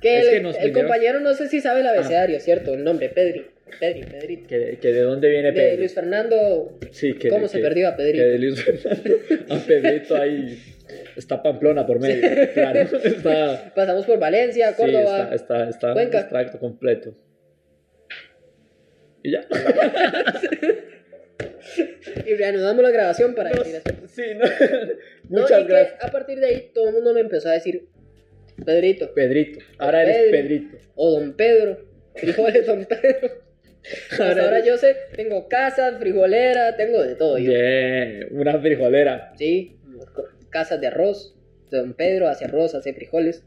Speaker 2: Que
Speaker 1: Es
Speaker 2: el,
Speaker 1: que nos Ah.
Speaker 2: el
Speaker 1: pidieron-
Speaker 2: compañero no sé si sabe el abecedario, ¿cierto? El nombre, Pedri, Pedri, Pedrito.
Speaker 1: ¿Que, que de dónde viene
Speaker 2: De
Speaker 1: Pedro?
Speaker 2: Luis Fernando,
Speaker 1: Sí, que,
Speaker 2: ¿cómo se
Speaker 1: que-
Speaker 2: perdió a
Speaker 1: que
Speaker 2: Pedrito?
Speaker 1: de Luis Fernando a Pedrito ahí está Pamplona por medio. Claro, está,
Speaker 2: Pasamos por Valencia,
Speaker 1: sí,
Speaker 2: Córdoba.
Speaker 1: está, está, está un
Speaker 2: Cuenca.
Speaker 1: extracto completo. Y ya.
Speaker 2: Y reanudamos la grabación para
Speaker 1: No,
Speaker 2: decir eso.
Speaker 1: sí, no.
Speaker 2: No,
Speaker 1: Muchas
Speaker 2: y que
Speaker 1: gracias.
Speaker 2: a partir de ahí todo el mundo me empezó a decir Pedrito
Speaker 1: Pedrito. Ahora eres
Speaker 2: Pedro.
Speaker 1: Pedrito.
Speaker 2: o Don Pedro. Frijoles Don Pedro. Hasta
Speaker 1: Ahora
Speaker 2: Pues Ahora,
Speaker 1: eres-
Speaker 2: yo sé, tengo casa, frijolera, tengo de todo. yo.
Speaker 1: Bien, una frijolera.
Speaker 2: Sí, casas de arroz. Don Pedro hace arroz, hace frijoles.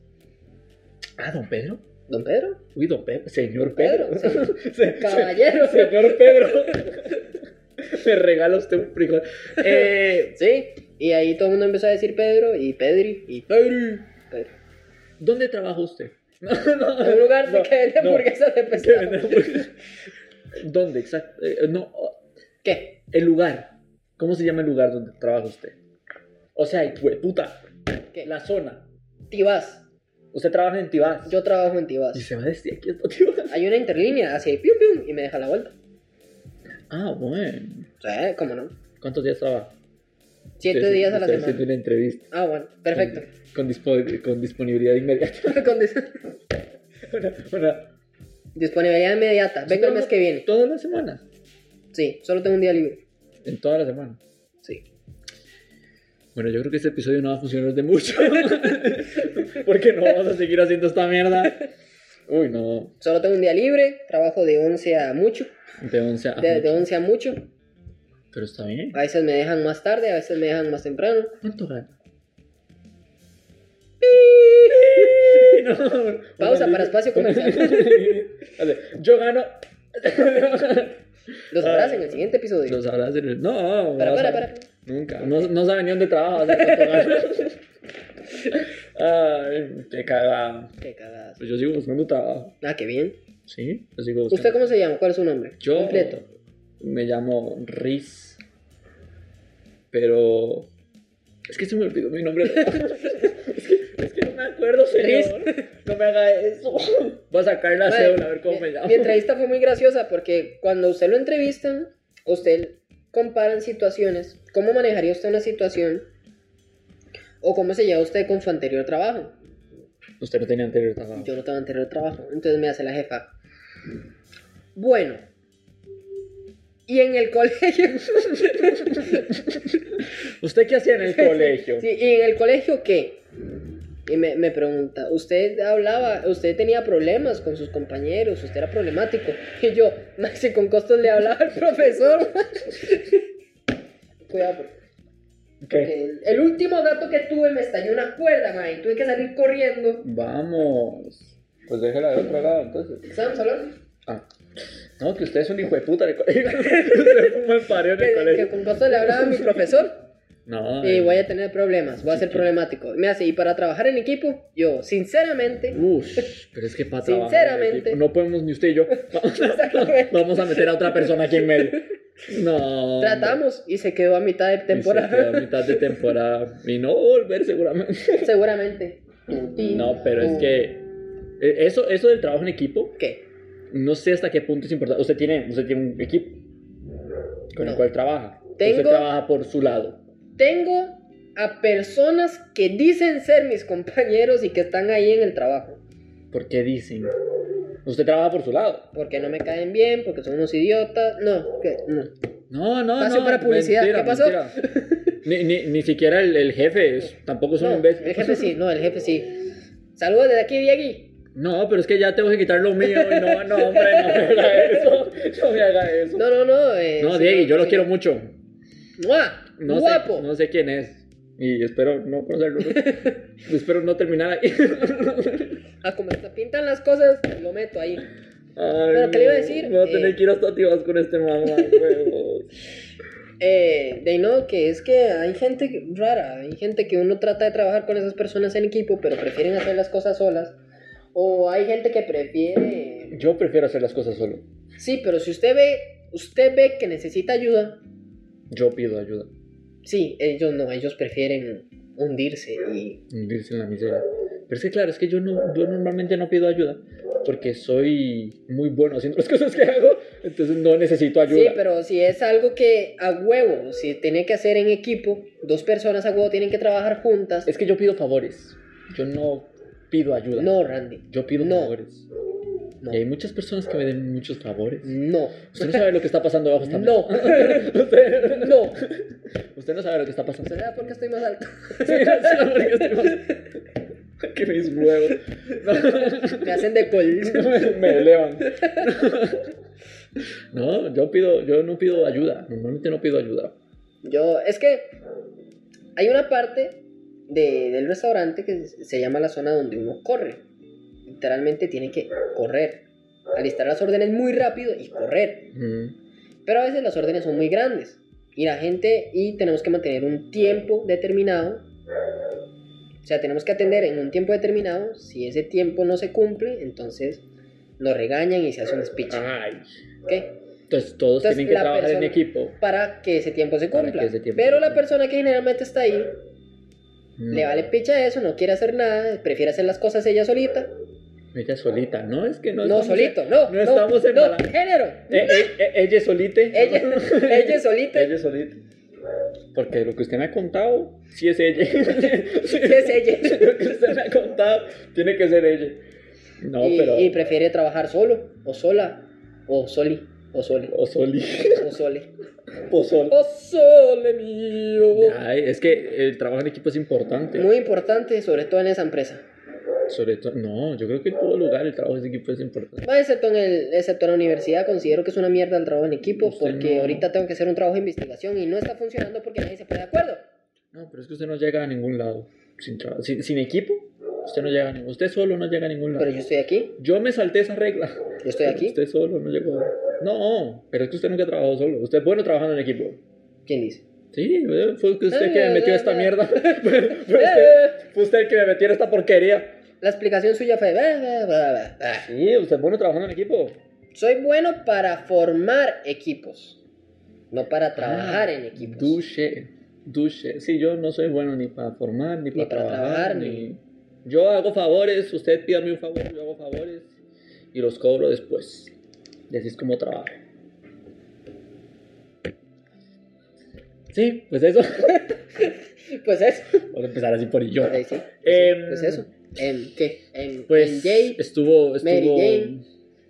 Speaker 1: Ah, don Pedro.
Speaker 2: ¿Don Pedro?
Speaker 1: Uy, don Pedro. Señor Pedro.
Speaker 2: Pedro,
Speaker 1: Se-
Speaker 2: Caballero.
Speaker 1: se- señor Pedro. Me regala usted un frijol. Eh,
Speaker 2: Sí, y ahí todo el mundo empezó a decir Pedro y Pedri y
Speaker 1: Pedri.
Speaker 2: Pedro.
Speaker 1: ¿Dónde trabaja usted? No, no,
Speaker 2: En un lugar
Speaker 1: no,
Speaker 2: que vende
Speaker 1: no.
Speaker 2: hamburguesas de
Speaker 1: Que
Speaker 2: pescado.
Speaker 1: vende hamburguesas. ¿Dónde? Exacto. Eh, no, oh,
Speaker 2: ¿Qué?
Speaker 1: el lugar. ¿Cómo se llama el lugar donde trabaja usted? O sea, hue- puta,
Speaker 2: ¿Qué?
Speaker 1: la zona.
Speaker 2: Tibás.
Speaker 1: Usted trabaja en Tibás.
Speaker 2: Yo trabajo en
Speaker 1: Y
Speaker 2: Tibás.
Speaker 1: se va desde aquí hasta Tibás.
Speaker 2: Hay una interlínea, así, pium, pium, y me deja la vuelta.
Speaker 1: Ah, bueno.
Speaker 2: Sí, ¿eh? cómo no.
Speaker 1: ¿Cuántos días trabaja?
Speaker 2: Siete
Speaker 1: Usted-
Speaker 2: días a la
Speaker 1: usted
Speaker 2: semana.
Speaker 1: hace una entrevista.
Speaker 2: Ah, bueno, perfecto.
Speaker 1: Con, dispo- con disponibilidad inmediata.
Speaker 2: Con dis-
Speaker 1: Una- una-
Speaker 2: disponibilidad inmediata. Vengo el mes que viene.
Speaker 1: Todas las semanas.
Speaker 2: Sí, solo tengo un día libre.
Speaker 1: En toda la semana.
Speaker 2: Sí.
Speaker 1: Bueno, yo creo que este episodio no va a funcionar de mucho. Porque no vamos a seguir haciendo esta mierda. Uy, no.
Speaker 2: Solo tengo un día libre. Trabajo de 11 a mucho.
Speaker 1: De 11 a.
Speaker 2: De, de
Speaker 1: ocho.
Speaker 2: 11 a Ah, mucho.
Speaker 1: Pero está bien.
Speaker 2: A veces me dejan más tarde, a veces me dejan más temprano.
Speaker 1: ¿Cuánto gana? No,
Speaker 2: Pausa
Speaker 1: una
Speaker 2: para
Speaker 1: línea.
Speaker 2: espacio comercial.
Speaker 1: Vale, yo gano.
Speaker 2: Los
Speaker 1: Ah.
Speaker 2: sabrás en el siguiente episodio.
Speaker 1: Lo sabrás en el- No,
Speaker 2: Para,
Speaker 1: no
Speaker 2: para,
Speaker 1: sabe-
Speaker 2: para.
Speaker 1: Nunca. No, no sabe ni dónde trabaja. sabe cuánto gana. Ay, qué cagada.
Speaker 2: Qué cagadas.
Speaker 1: Pues yo sigo buscando trabajo.
Speaker 2: Ah, qué bien.
Speaker 1: Sí, yo sigo buscando.
Speaker 2: ¿Usted cómo se llama? ¿Cuál es su nombre?
Speaker 1: Yo
Speaker 2: Completo.
Speaker 1: me llamo Riz. Pero. Es que se me olvidó mi nombre. Es que- es que no me acuerdo, señor. No me haga eso. Voy a sacar la
Speaker 2: Madre,
Speaker 1: cédula a ver cómo
Speaker 2: mi-
Speaker 1: me llamo.
Speaker 2: Mi entrevista fue muy graciosa porque cuando usted lo entrevistan, usted comparan situaciones. ¿Cómo manejaría usted una situación? ¿O cómo se lleva usted con su anterior trabajo?
Speaker 1: Usted no tenía anterior trabajo.
Speaker 2: Yo no tengo anterior trabajo. Entonces me hace la jefa. Bueno. Y en el colegio.
Speaker 1: ¿Usted qué hacía en el colegio?
Speaker 2: Sí, ¿Y en el colegio qué? Y me, me pregunta, usted hablaba, usted tenía problemas con sus compañeros, usted era problemático. Y yo, Maxi, con costos le hablaba al profesor. Cuidado, por-
Speaker 1: ¿Qué?
Speaker 2: porque el, el último gato que tuve me estalló una cuerda, ma, y tuve que salir corriendo.
Speaker 1: Vamos. Pues déjela de otro lado entonces.
Speaker 2: ¿Estamos hablando?
Speaker 1: Ah. No, que usted es un hijo de puta en el colegio. usted fuma en pareo en
Speaker 2: Que,
Speaker 1: el
Speaker 2: que
Speaker 1: colegio.
Speaker 2: con costos le hablaba a mi profesor.
Speaker 1: No.
Speaker 2: Y
Speaker 1: eh,
Speaker 2: voy a tener problemas, voy a ser problemático. Me hace, y para trabajar en equipo, yo, sinceramente,
Speaker 1: Ush, pero es que para trabajar en
Speaker 2: Sinceramente.
Speaker 1: equipo, no podemos ni usted y yo. Vamos a,
Speaker 2: Exactamente.
Speaker 1: vamos a meter a otra persona aquí en medio. No.
Speaker 2: Tratamos y se quedó a mitad de temporada.
Speaker 1: Y se quedó a mitad de temporada. Y no va a volver seguramente.
Speaker 2: Seguramente.
Speaker 1: No, pero
Speaker 2: Mm.
Speaker 1: es que. eh, Eso, eso del trabajo en equipo,
Speaker 2: ¿Qué?
Speaker 1: no sé hasta qué punto es importante. Usted tiene, usted tiene un equipo con el
Speaker 2: No.
Speaker 1: cual trabaja. Usted
Speaker 2: Tengo-
Speaker 1: trabaja por su lado.
Speaker 2: Tengo a personas que dicen ser mis compañeros y que están ahí en el trabajo.
Speaker 1: ¿Por qué dicen? Usted trabaja por su lado.
Speaker 2: Porque no me caen bien, porque son unos idiotas. No, ¿qué? No.
Speaker 1: No, no,
Speaker 2: Espacio
Speaker 1: no.
Speaker 2: para publicidad. ¿Qué pasó?
Speaker 1: mentira. Ni, ni, ni siquiera el, el jefe es- tampoco es Pues un
Speaker 2: No,
Speaker 1: imbécil.
Speaker 2: el jefe sí, no, el jefe sí. Saludos desde aquí, Diegui.
Speaker 1: No, pero es que ya tengo que quitar lo mío. y No, no, hombre, no me haga eso. No me haga eso.
Speaker 2: No, no, no. eh,
Speaker 1: No,
Speaker 2: sí,
Speaker 1: Diego, yo lo
Speaker 2: sí.
Speaker 1: quiero mucho.
Speaker 2: ¡Mua!
Speaker 1: No
Speaker 2: ¡Guapo!
Speaker 1: Sé, no sé quién es. Y espero no conocerlo. espero no terminar ahí.
Speaker 2: A como se pintan las cosas, lo meto ahí.
Speaker 1: Pero,
Speaker 2: ¿qué le iba a decir?
Speaker 1: Voy a tener
Speaker 2: Eh,
Speaker 1: que ir hasta Tibas con este mamá, huevos.
Speaker 2: Eh, de ahí no, que es que hay gente rara, hay gente que uno trata de trabajar con esas personas en equipo, pero prefieren hacer las cosas solas. O hay gente que prefiere...
Speaker 1: Yo prefiero hacer las cosas solo.
Speaker 2: Sí, pero si usted ve, usted ve que necesita ayuda,
Speaker 1: Yo pido ayuda.
Speaker 2: sí, ellos no, ellos prefieren hundirse y...
Speaker 1: Hundirse en la miseria. Pero es que claro, es que yo, no, yo normalmente no pido ayuda. Porque soy muy bueno haciendo las cosas que hago. Entonces no necesito ayuda.
Speaker 2: Sí, pero si es algo que a huevo, si tiene que hacer en equipo, dos personas a huevo tienen que trabajar juntas.
Speaker 1: Es que yo pido favores. Yo no pido ayuda.
Speaker 2: No, Randy,
Speaker 1: Yo pido
Speaker 2: No.
Speaker 1: favores.
Speaker 2: no,
Speaker 1: Y hay muchas personas que me den muchos favores.
Speaker 2: no,
Speaker 1: Usted no sabe lo que está pasando abajo esta
Speaker 2: no,
Speaker 1: Usted,
Speaker 2: no.
Speaker 1: usted no sabe lo que está pasando.
Speaker 2: ¿Usted sabe por qué estoy más alto?
Speaker 1: que mis huevos.
Speaker 2: Me hacen de col...
Speaker 1: me, me elevan. No, yo pido, yo no pido ayuda. Normalmente no pido ayuda.
Speaker 2: Yo, es que hay una parte de- del restaurante que se llama la zona donde uno corre. Literalmente tiene que correr. Alistar las órdenes muy rápido y correr.
Speaker 1: Mm,
Speaker 2: Pero a veces las órdenes son muy grandes. Y la gente, y tenemos que mantener un tiempo determinado. O sea, tenemos que atender en un tiempo determinado. Si ese tiempo no se cumple, entonces nos regañan y se hace un speech.
Speaker 1: Ay.
Speaker 2: ¿ok?
Speaker 1: Entonces todos
Speaker 2: Entonces,
Speaker 1: tienen que
Speaker 2: la
Speaker 1: trabajar en
Speaker 2: persona-
Speaker 1: equipo.
Speaker 2: para que ese tiempo se
Speaker 1: Para
Speaker 2: cumpla.
Speaker 1: que ese tiempo
Speaker 2: Pero
Speaker 1: se
Speaker 2: la
Speaker 1: cumpla.
Speaker 2: persona que generalmente está ahí le
Speaker 1: Mm.
Speaker 2: vale picha eso, no quiere hacer nada, prefiere hacer las cosas ella solita.
Speaker 1: Ella solita, no es que no.
Speaker 2: No,
Speaker 1: estamos-
Speaker 2: solito, no.
Speaker 1: no estamos en
Speaker 2: No,
Speaker 1: balance.
Speaker 2: género.
Speaker 1: Eh, eh, eh, ella solite.
Speaker 2: Ella, ella solita.
Speaker 1: Ella solita. Porque lo que usted me ha contado, sí es ella.
Speaker 2: sí es ella.
Speaker 1: lo que usted me ha contado, tiene que ser ella. No,
Speaker 2: y,
Speaker 1: pero.
Speaker 2: y prefiere trabajar solo, o sola, o soli, o sole,
Speaker 1: O soli.
Speaker 2: o sole.
Speaker 1: O sol.
Speaker 2: O sole mío.
Speaker 1: Ay, es que el trabajo en equipo es importante.
Speaker 2: Muy importante, sobre todo en esa empresa.
Speaker 1: Sobre todo, no, yo creo que en todo lugar el trabajo en equipo es importante.
Speaker 2: Más excepto en, el, excepto en la universidad, considero que es una mierda el trabajo en equipo,
Speaker 1: Usted
Speaker 2: porque
Speaker 1: no-
Speaker 2: ahorita tengo que hacer un trabajo de investigación y no está funcionando porque nadie se pone de acuerdo.
Speaker 1: No, pero es que usted no llega a ningún lado. Sin, tra- sin, sin equipo, usted no llega a ningún Usted solo no llega a ningún lado.
Speaker 2: Pero yo estoy aquí,
Speaker 1: Yo me salté esa regla.
Speaker 2: yo estoy aquí.
Speaker 1: Usted solo no llegó. No, pero es que usted nunca ha trabajado solo. Usted es bueno trabajando en equipo.
Speaker 2: ¿Quién dice?
Speaker 1: Sí, eh, fue que usted que me metió a esta mierda. Fue- fue usted-
Speaker 2: Eh,
Speaker 1: Fue usted el que me metió en esta porquería.
Speaker 2: La explicación suya fue... "Bah, bah, bah, bah, bah".
Speaker 1: Sí, usted es bueno trabajando en equipo.
Speaker 2: Soy bueno para formar equipos, no
Speaker 1: Ah,
Speaker 2: para trabajar en equipos.
Speaker 1: Duche, duche. Sí, yo no soy bueno ni para formar, ni para,
Speaker 2: para
Speaker 1: trabajar,
Speaker 2: trabajar,
Speaker 1: ni... Yo hago favores, usted pídame un favor, yo hago favores y los cobro después. Y así es como trabajo. Sí, pues eso.
Speaker 2: Pues eso.
Speaker 1: Voy a empezar así por yo.
Speaker 2: Pues, ahí sí, pues,
Speaker 1: Em,
Speaker 2: sí, pues eso. Em, ¿Qué? Em, em,
Speaker 1: Pues
Speaker 2: Jay,
Speaker 1: estuvo,
Speaker 2: Mary
Speaker 1: estuvo,
Speaker 2: Jane.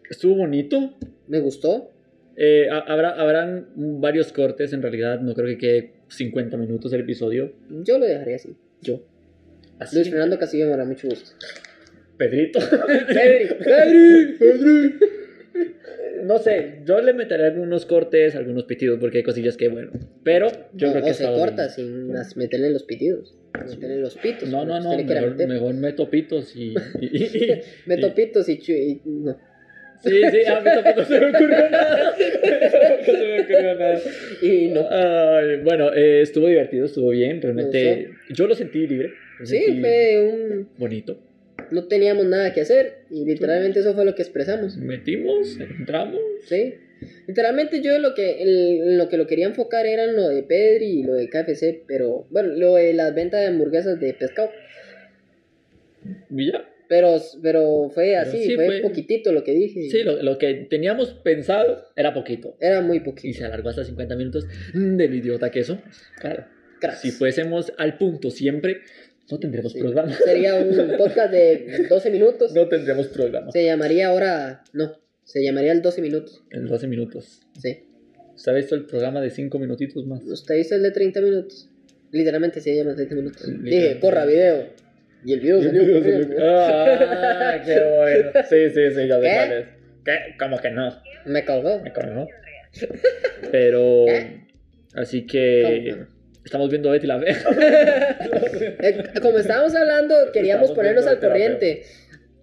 Speaker 1: estuvo bonito.
Speaker 2: me gustó.
Speaker 1: Eh, ha- habrá, habrán varios cortes, en realidad no creo que quede 50 minutos el episodio.
Speaker 2: Yo lo dejaría así.
Speaker 1: Yo. Así.
Speaker 2: Luis Fernando Castillo me hará mucho gusto.
Speaker 1: Pedrito.
Speaker 2: Pedri,
Speaker 1: Pedri, Pedri. No sé, yo le meteré algunos cortes, algunos pitidos, porque hay cosillas que, bueno. Pero yo
Speaker 2: No,
Speaker 1: creo que
Speaker 2: o se
Speaker 1: está
Speaker 2: corta
Speaker 1: bien.
Speaker 2: sin as- meterle los pitidos. Meterle los pitos.
Speaker 1: No, no,
Speaker 2: como
Speaker 1: no,
Speaker 2: usted le quiera
Speaker 1: mejor,
Speaker 2: meter.
Speaker 1: mejor meto pitos y. y- y- y-
Speaker 2: Meto pitos y, chu- y- no.
Speaker 1: sí, sí, a mí tampoco se me ocurrió nada. Tampoco se me ocurrió nada.
Speaker 2: Y
Speaker 1: Ah,
Speaker 2: no.
Speaker 1: Ay, bueno, eh, estuvo divertido, estuvo bien, realmente. Yo lo sentí libre. lo
Speaker 2: Sí,
Speaker 1: sentí
Speaker 2: fue un...
Speaker 1: Bonito.
Speaker 2: No teníamos nada que hacer y literalmente eso fue lo que expresamos.
Speaker 1: Metimos, entramos.
Speaker 2: Sí. Literalmente yo lo que, el- lo que lo quería enfocar era en lo de Pedri y lo de KFC, pero bueno, lo de las ventas de hamburguesas de pescado.
Speaker 1: Y ya.
Speaker 2: Pero, pero fue así,
Speaker 1: sí
Speaker 2: fue,
Speaker 1: fue-
Speaker 2: poquitito lo que dije.
Speaker 1: Sí, lo, lo que teníamos pensado era poquito.
Speaker 2: Era muy
Speaker 1: Y
Speaker 2: poquito.
Speaker 1: se alargó hasta 50 minutos mm, del idiota que eso. Claro.
Speaker 2: Cracks.
Speaker 1: Si fuésemos al punto siempre, no tendremos
Speaker 2: Sí.
Speaker 1: programa.
Speaker 2: Sería un podcast de 12 minutos.
Speaker 1: No tendremos programa.
Speaker 2: Se llamaría ahora. No, se llamaría el 12 minutos.
Speaker 1: En 12 minutos.
Speaker 2: Sí.
Speaker 1: ¿Usted ha visto el programa de 5 minutitos más?
Speaker 2: Usted Pues, dice el de 30 minutos. Literalmente se llama 30 minutos. Dije,
Speaker 1: Literalmente.
Speaker 2: corra video. Y el video salió. corriendo.
Speaker 1: Ah, qué bueno. Sí, sí, sí, ya sé
Speaker 2: ¿Qué?
Speaker 1: cuál es. ¿Qué? ¿Cómo que no?
Speaker 2: Me colgó.
Speaker 1: Me coronó. Pero.
Speaker 2: ¿Qué?
Speaker 1: Así
Speaker 2: ¿Eh? ¿Cómo
Speaker 1: que. Estamos viendo Betty la Fea.
Speaker 2: Eh, como estábamos hablando, queríamos
Speaker 1: Estamos
Speaker 2: ponernos al
Speaker 1: viendo el terapeuta.
Speaker 2: corriente.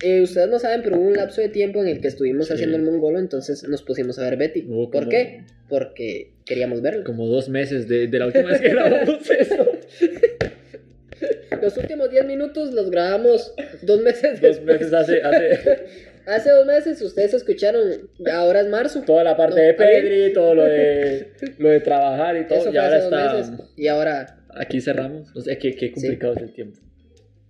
Speaker 2: Eh, ustedes no saben, pero hubo un lapso de tiempo en el que estuvimos
Speaker 1: Sí.
Speaker 2: haciendo el mongolo, entonces nos pusimos a ver Betty.
Speaker 1: Hubo
Speaker 2: ¿Por
Speaker 1: como-
Speaker 2: qué? Porque queríamos verlo.
Speaker 1: Como dos meses de, de la última vez que grabamos eso.
Speaker 2: Los últimos 10 minutos los grabamos dos
Speaker 1: Dos
Speaker 2: meses después.
Speaker 1: meses hace. hace
Speaker 2: Hace dos meses ustedes escucharon, ahora es marzo.
Speaker 1: toda la parte
Speaker 2: No,
Speaker 1: de Pedri, todo lo de, lo de trabajar y todo.
Speaker 2: Eso
Speaker 1: Y
Speaker 2: fue
Speaker 1: ahora
Speaker 2: hace dos
Speaker 1: está.
Speaker 2: meses. Y ahora,
Speaker 1: Aquí cerramos. O sea, qué, qué complicado es el tiempo.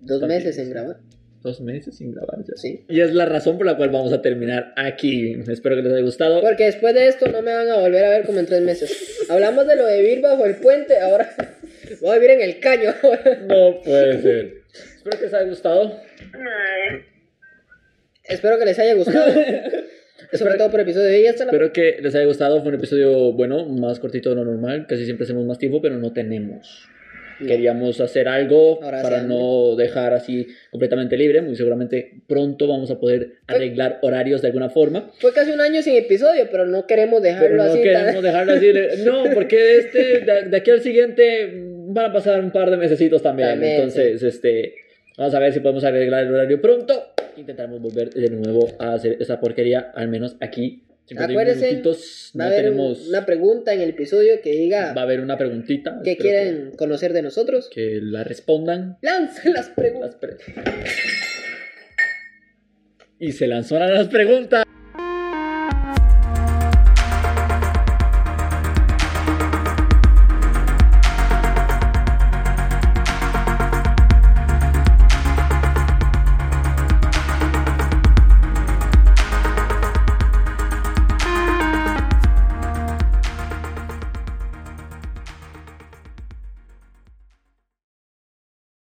Speaker 2: dos
Speaker 1: También.
Speaker 2: meses en grabar.
Speaker 1: Dos meses sin grabar ya.
Speaker 2: Sí.
Speaker 1: Y es la razón por la cual vamos a terminar aquí. Espero que les haya gustado.
Speaker 2: Porque después de esto no me van a volver a ver como en tres meses. Hablamos de lo de vivir bajo el puente, ahora voy a vivir en el caño.
Speaker 1: No puede ser. Espero que les haya gustado.
Speaker 2: Espero que les haya gustado. Eso fue todo por el episodio de hoy. Hasta la
Speaker 1: Espero que les haya gustado. Fue un episodio bueno, más cortito de lo normal. Casi siempre hacemos más tiempo, pero no tenemos. Queríamos hacer algo
Speaker 2: Ahora
Speaker 1: para
Speaker 2: sí,
Speaker 1: no dejar así completamente libre. Muy seguramente pronto vamos a poder
Speaker 2: Pues
Speaker 1: arreglar horarios de alguna forma.
Speaker 2: Fue casi un año sin episodio, pero no queremos dejarlo
Speaker 1: Pero no
Speaker 2: así.
Speaker 1: queremos dejarlo así. de- No, porque de este, de, de aquí al siguiente van a pasar un par de mesecitos también.
Speaker 2: También,
Speaker 1: Entonces, este, vamos a ver si podemos arreglar el horario pronto. Intentaremos volver de nuevo a hacer esa porquería, al menos aquí. 51
Speaker 2: Acuérdense,
Speaker 1: minutitos,
Speaker 2: Va a
Speaker 1: no
Speaker 2: haber un-
Speaker 1: tenemos...
Speaker 2: una pregunta en el episodio que diga
Speaker 1: Va a haber una preguntita.
Speaker 2: qué
Speaker 1: espero
Speaker 2: quieren conocer de nosotros.
Speaker 1: Que, que la respondan.
Speaker 2: Lancen las preguntas.
Speaker 1: Las pre- y se lanzaron las preguntas.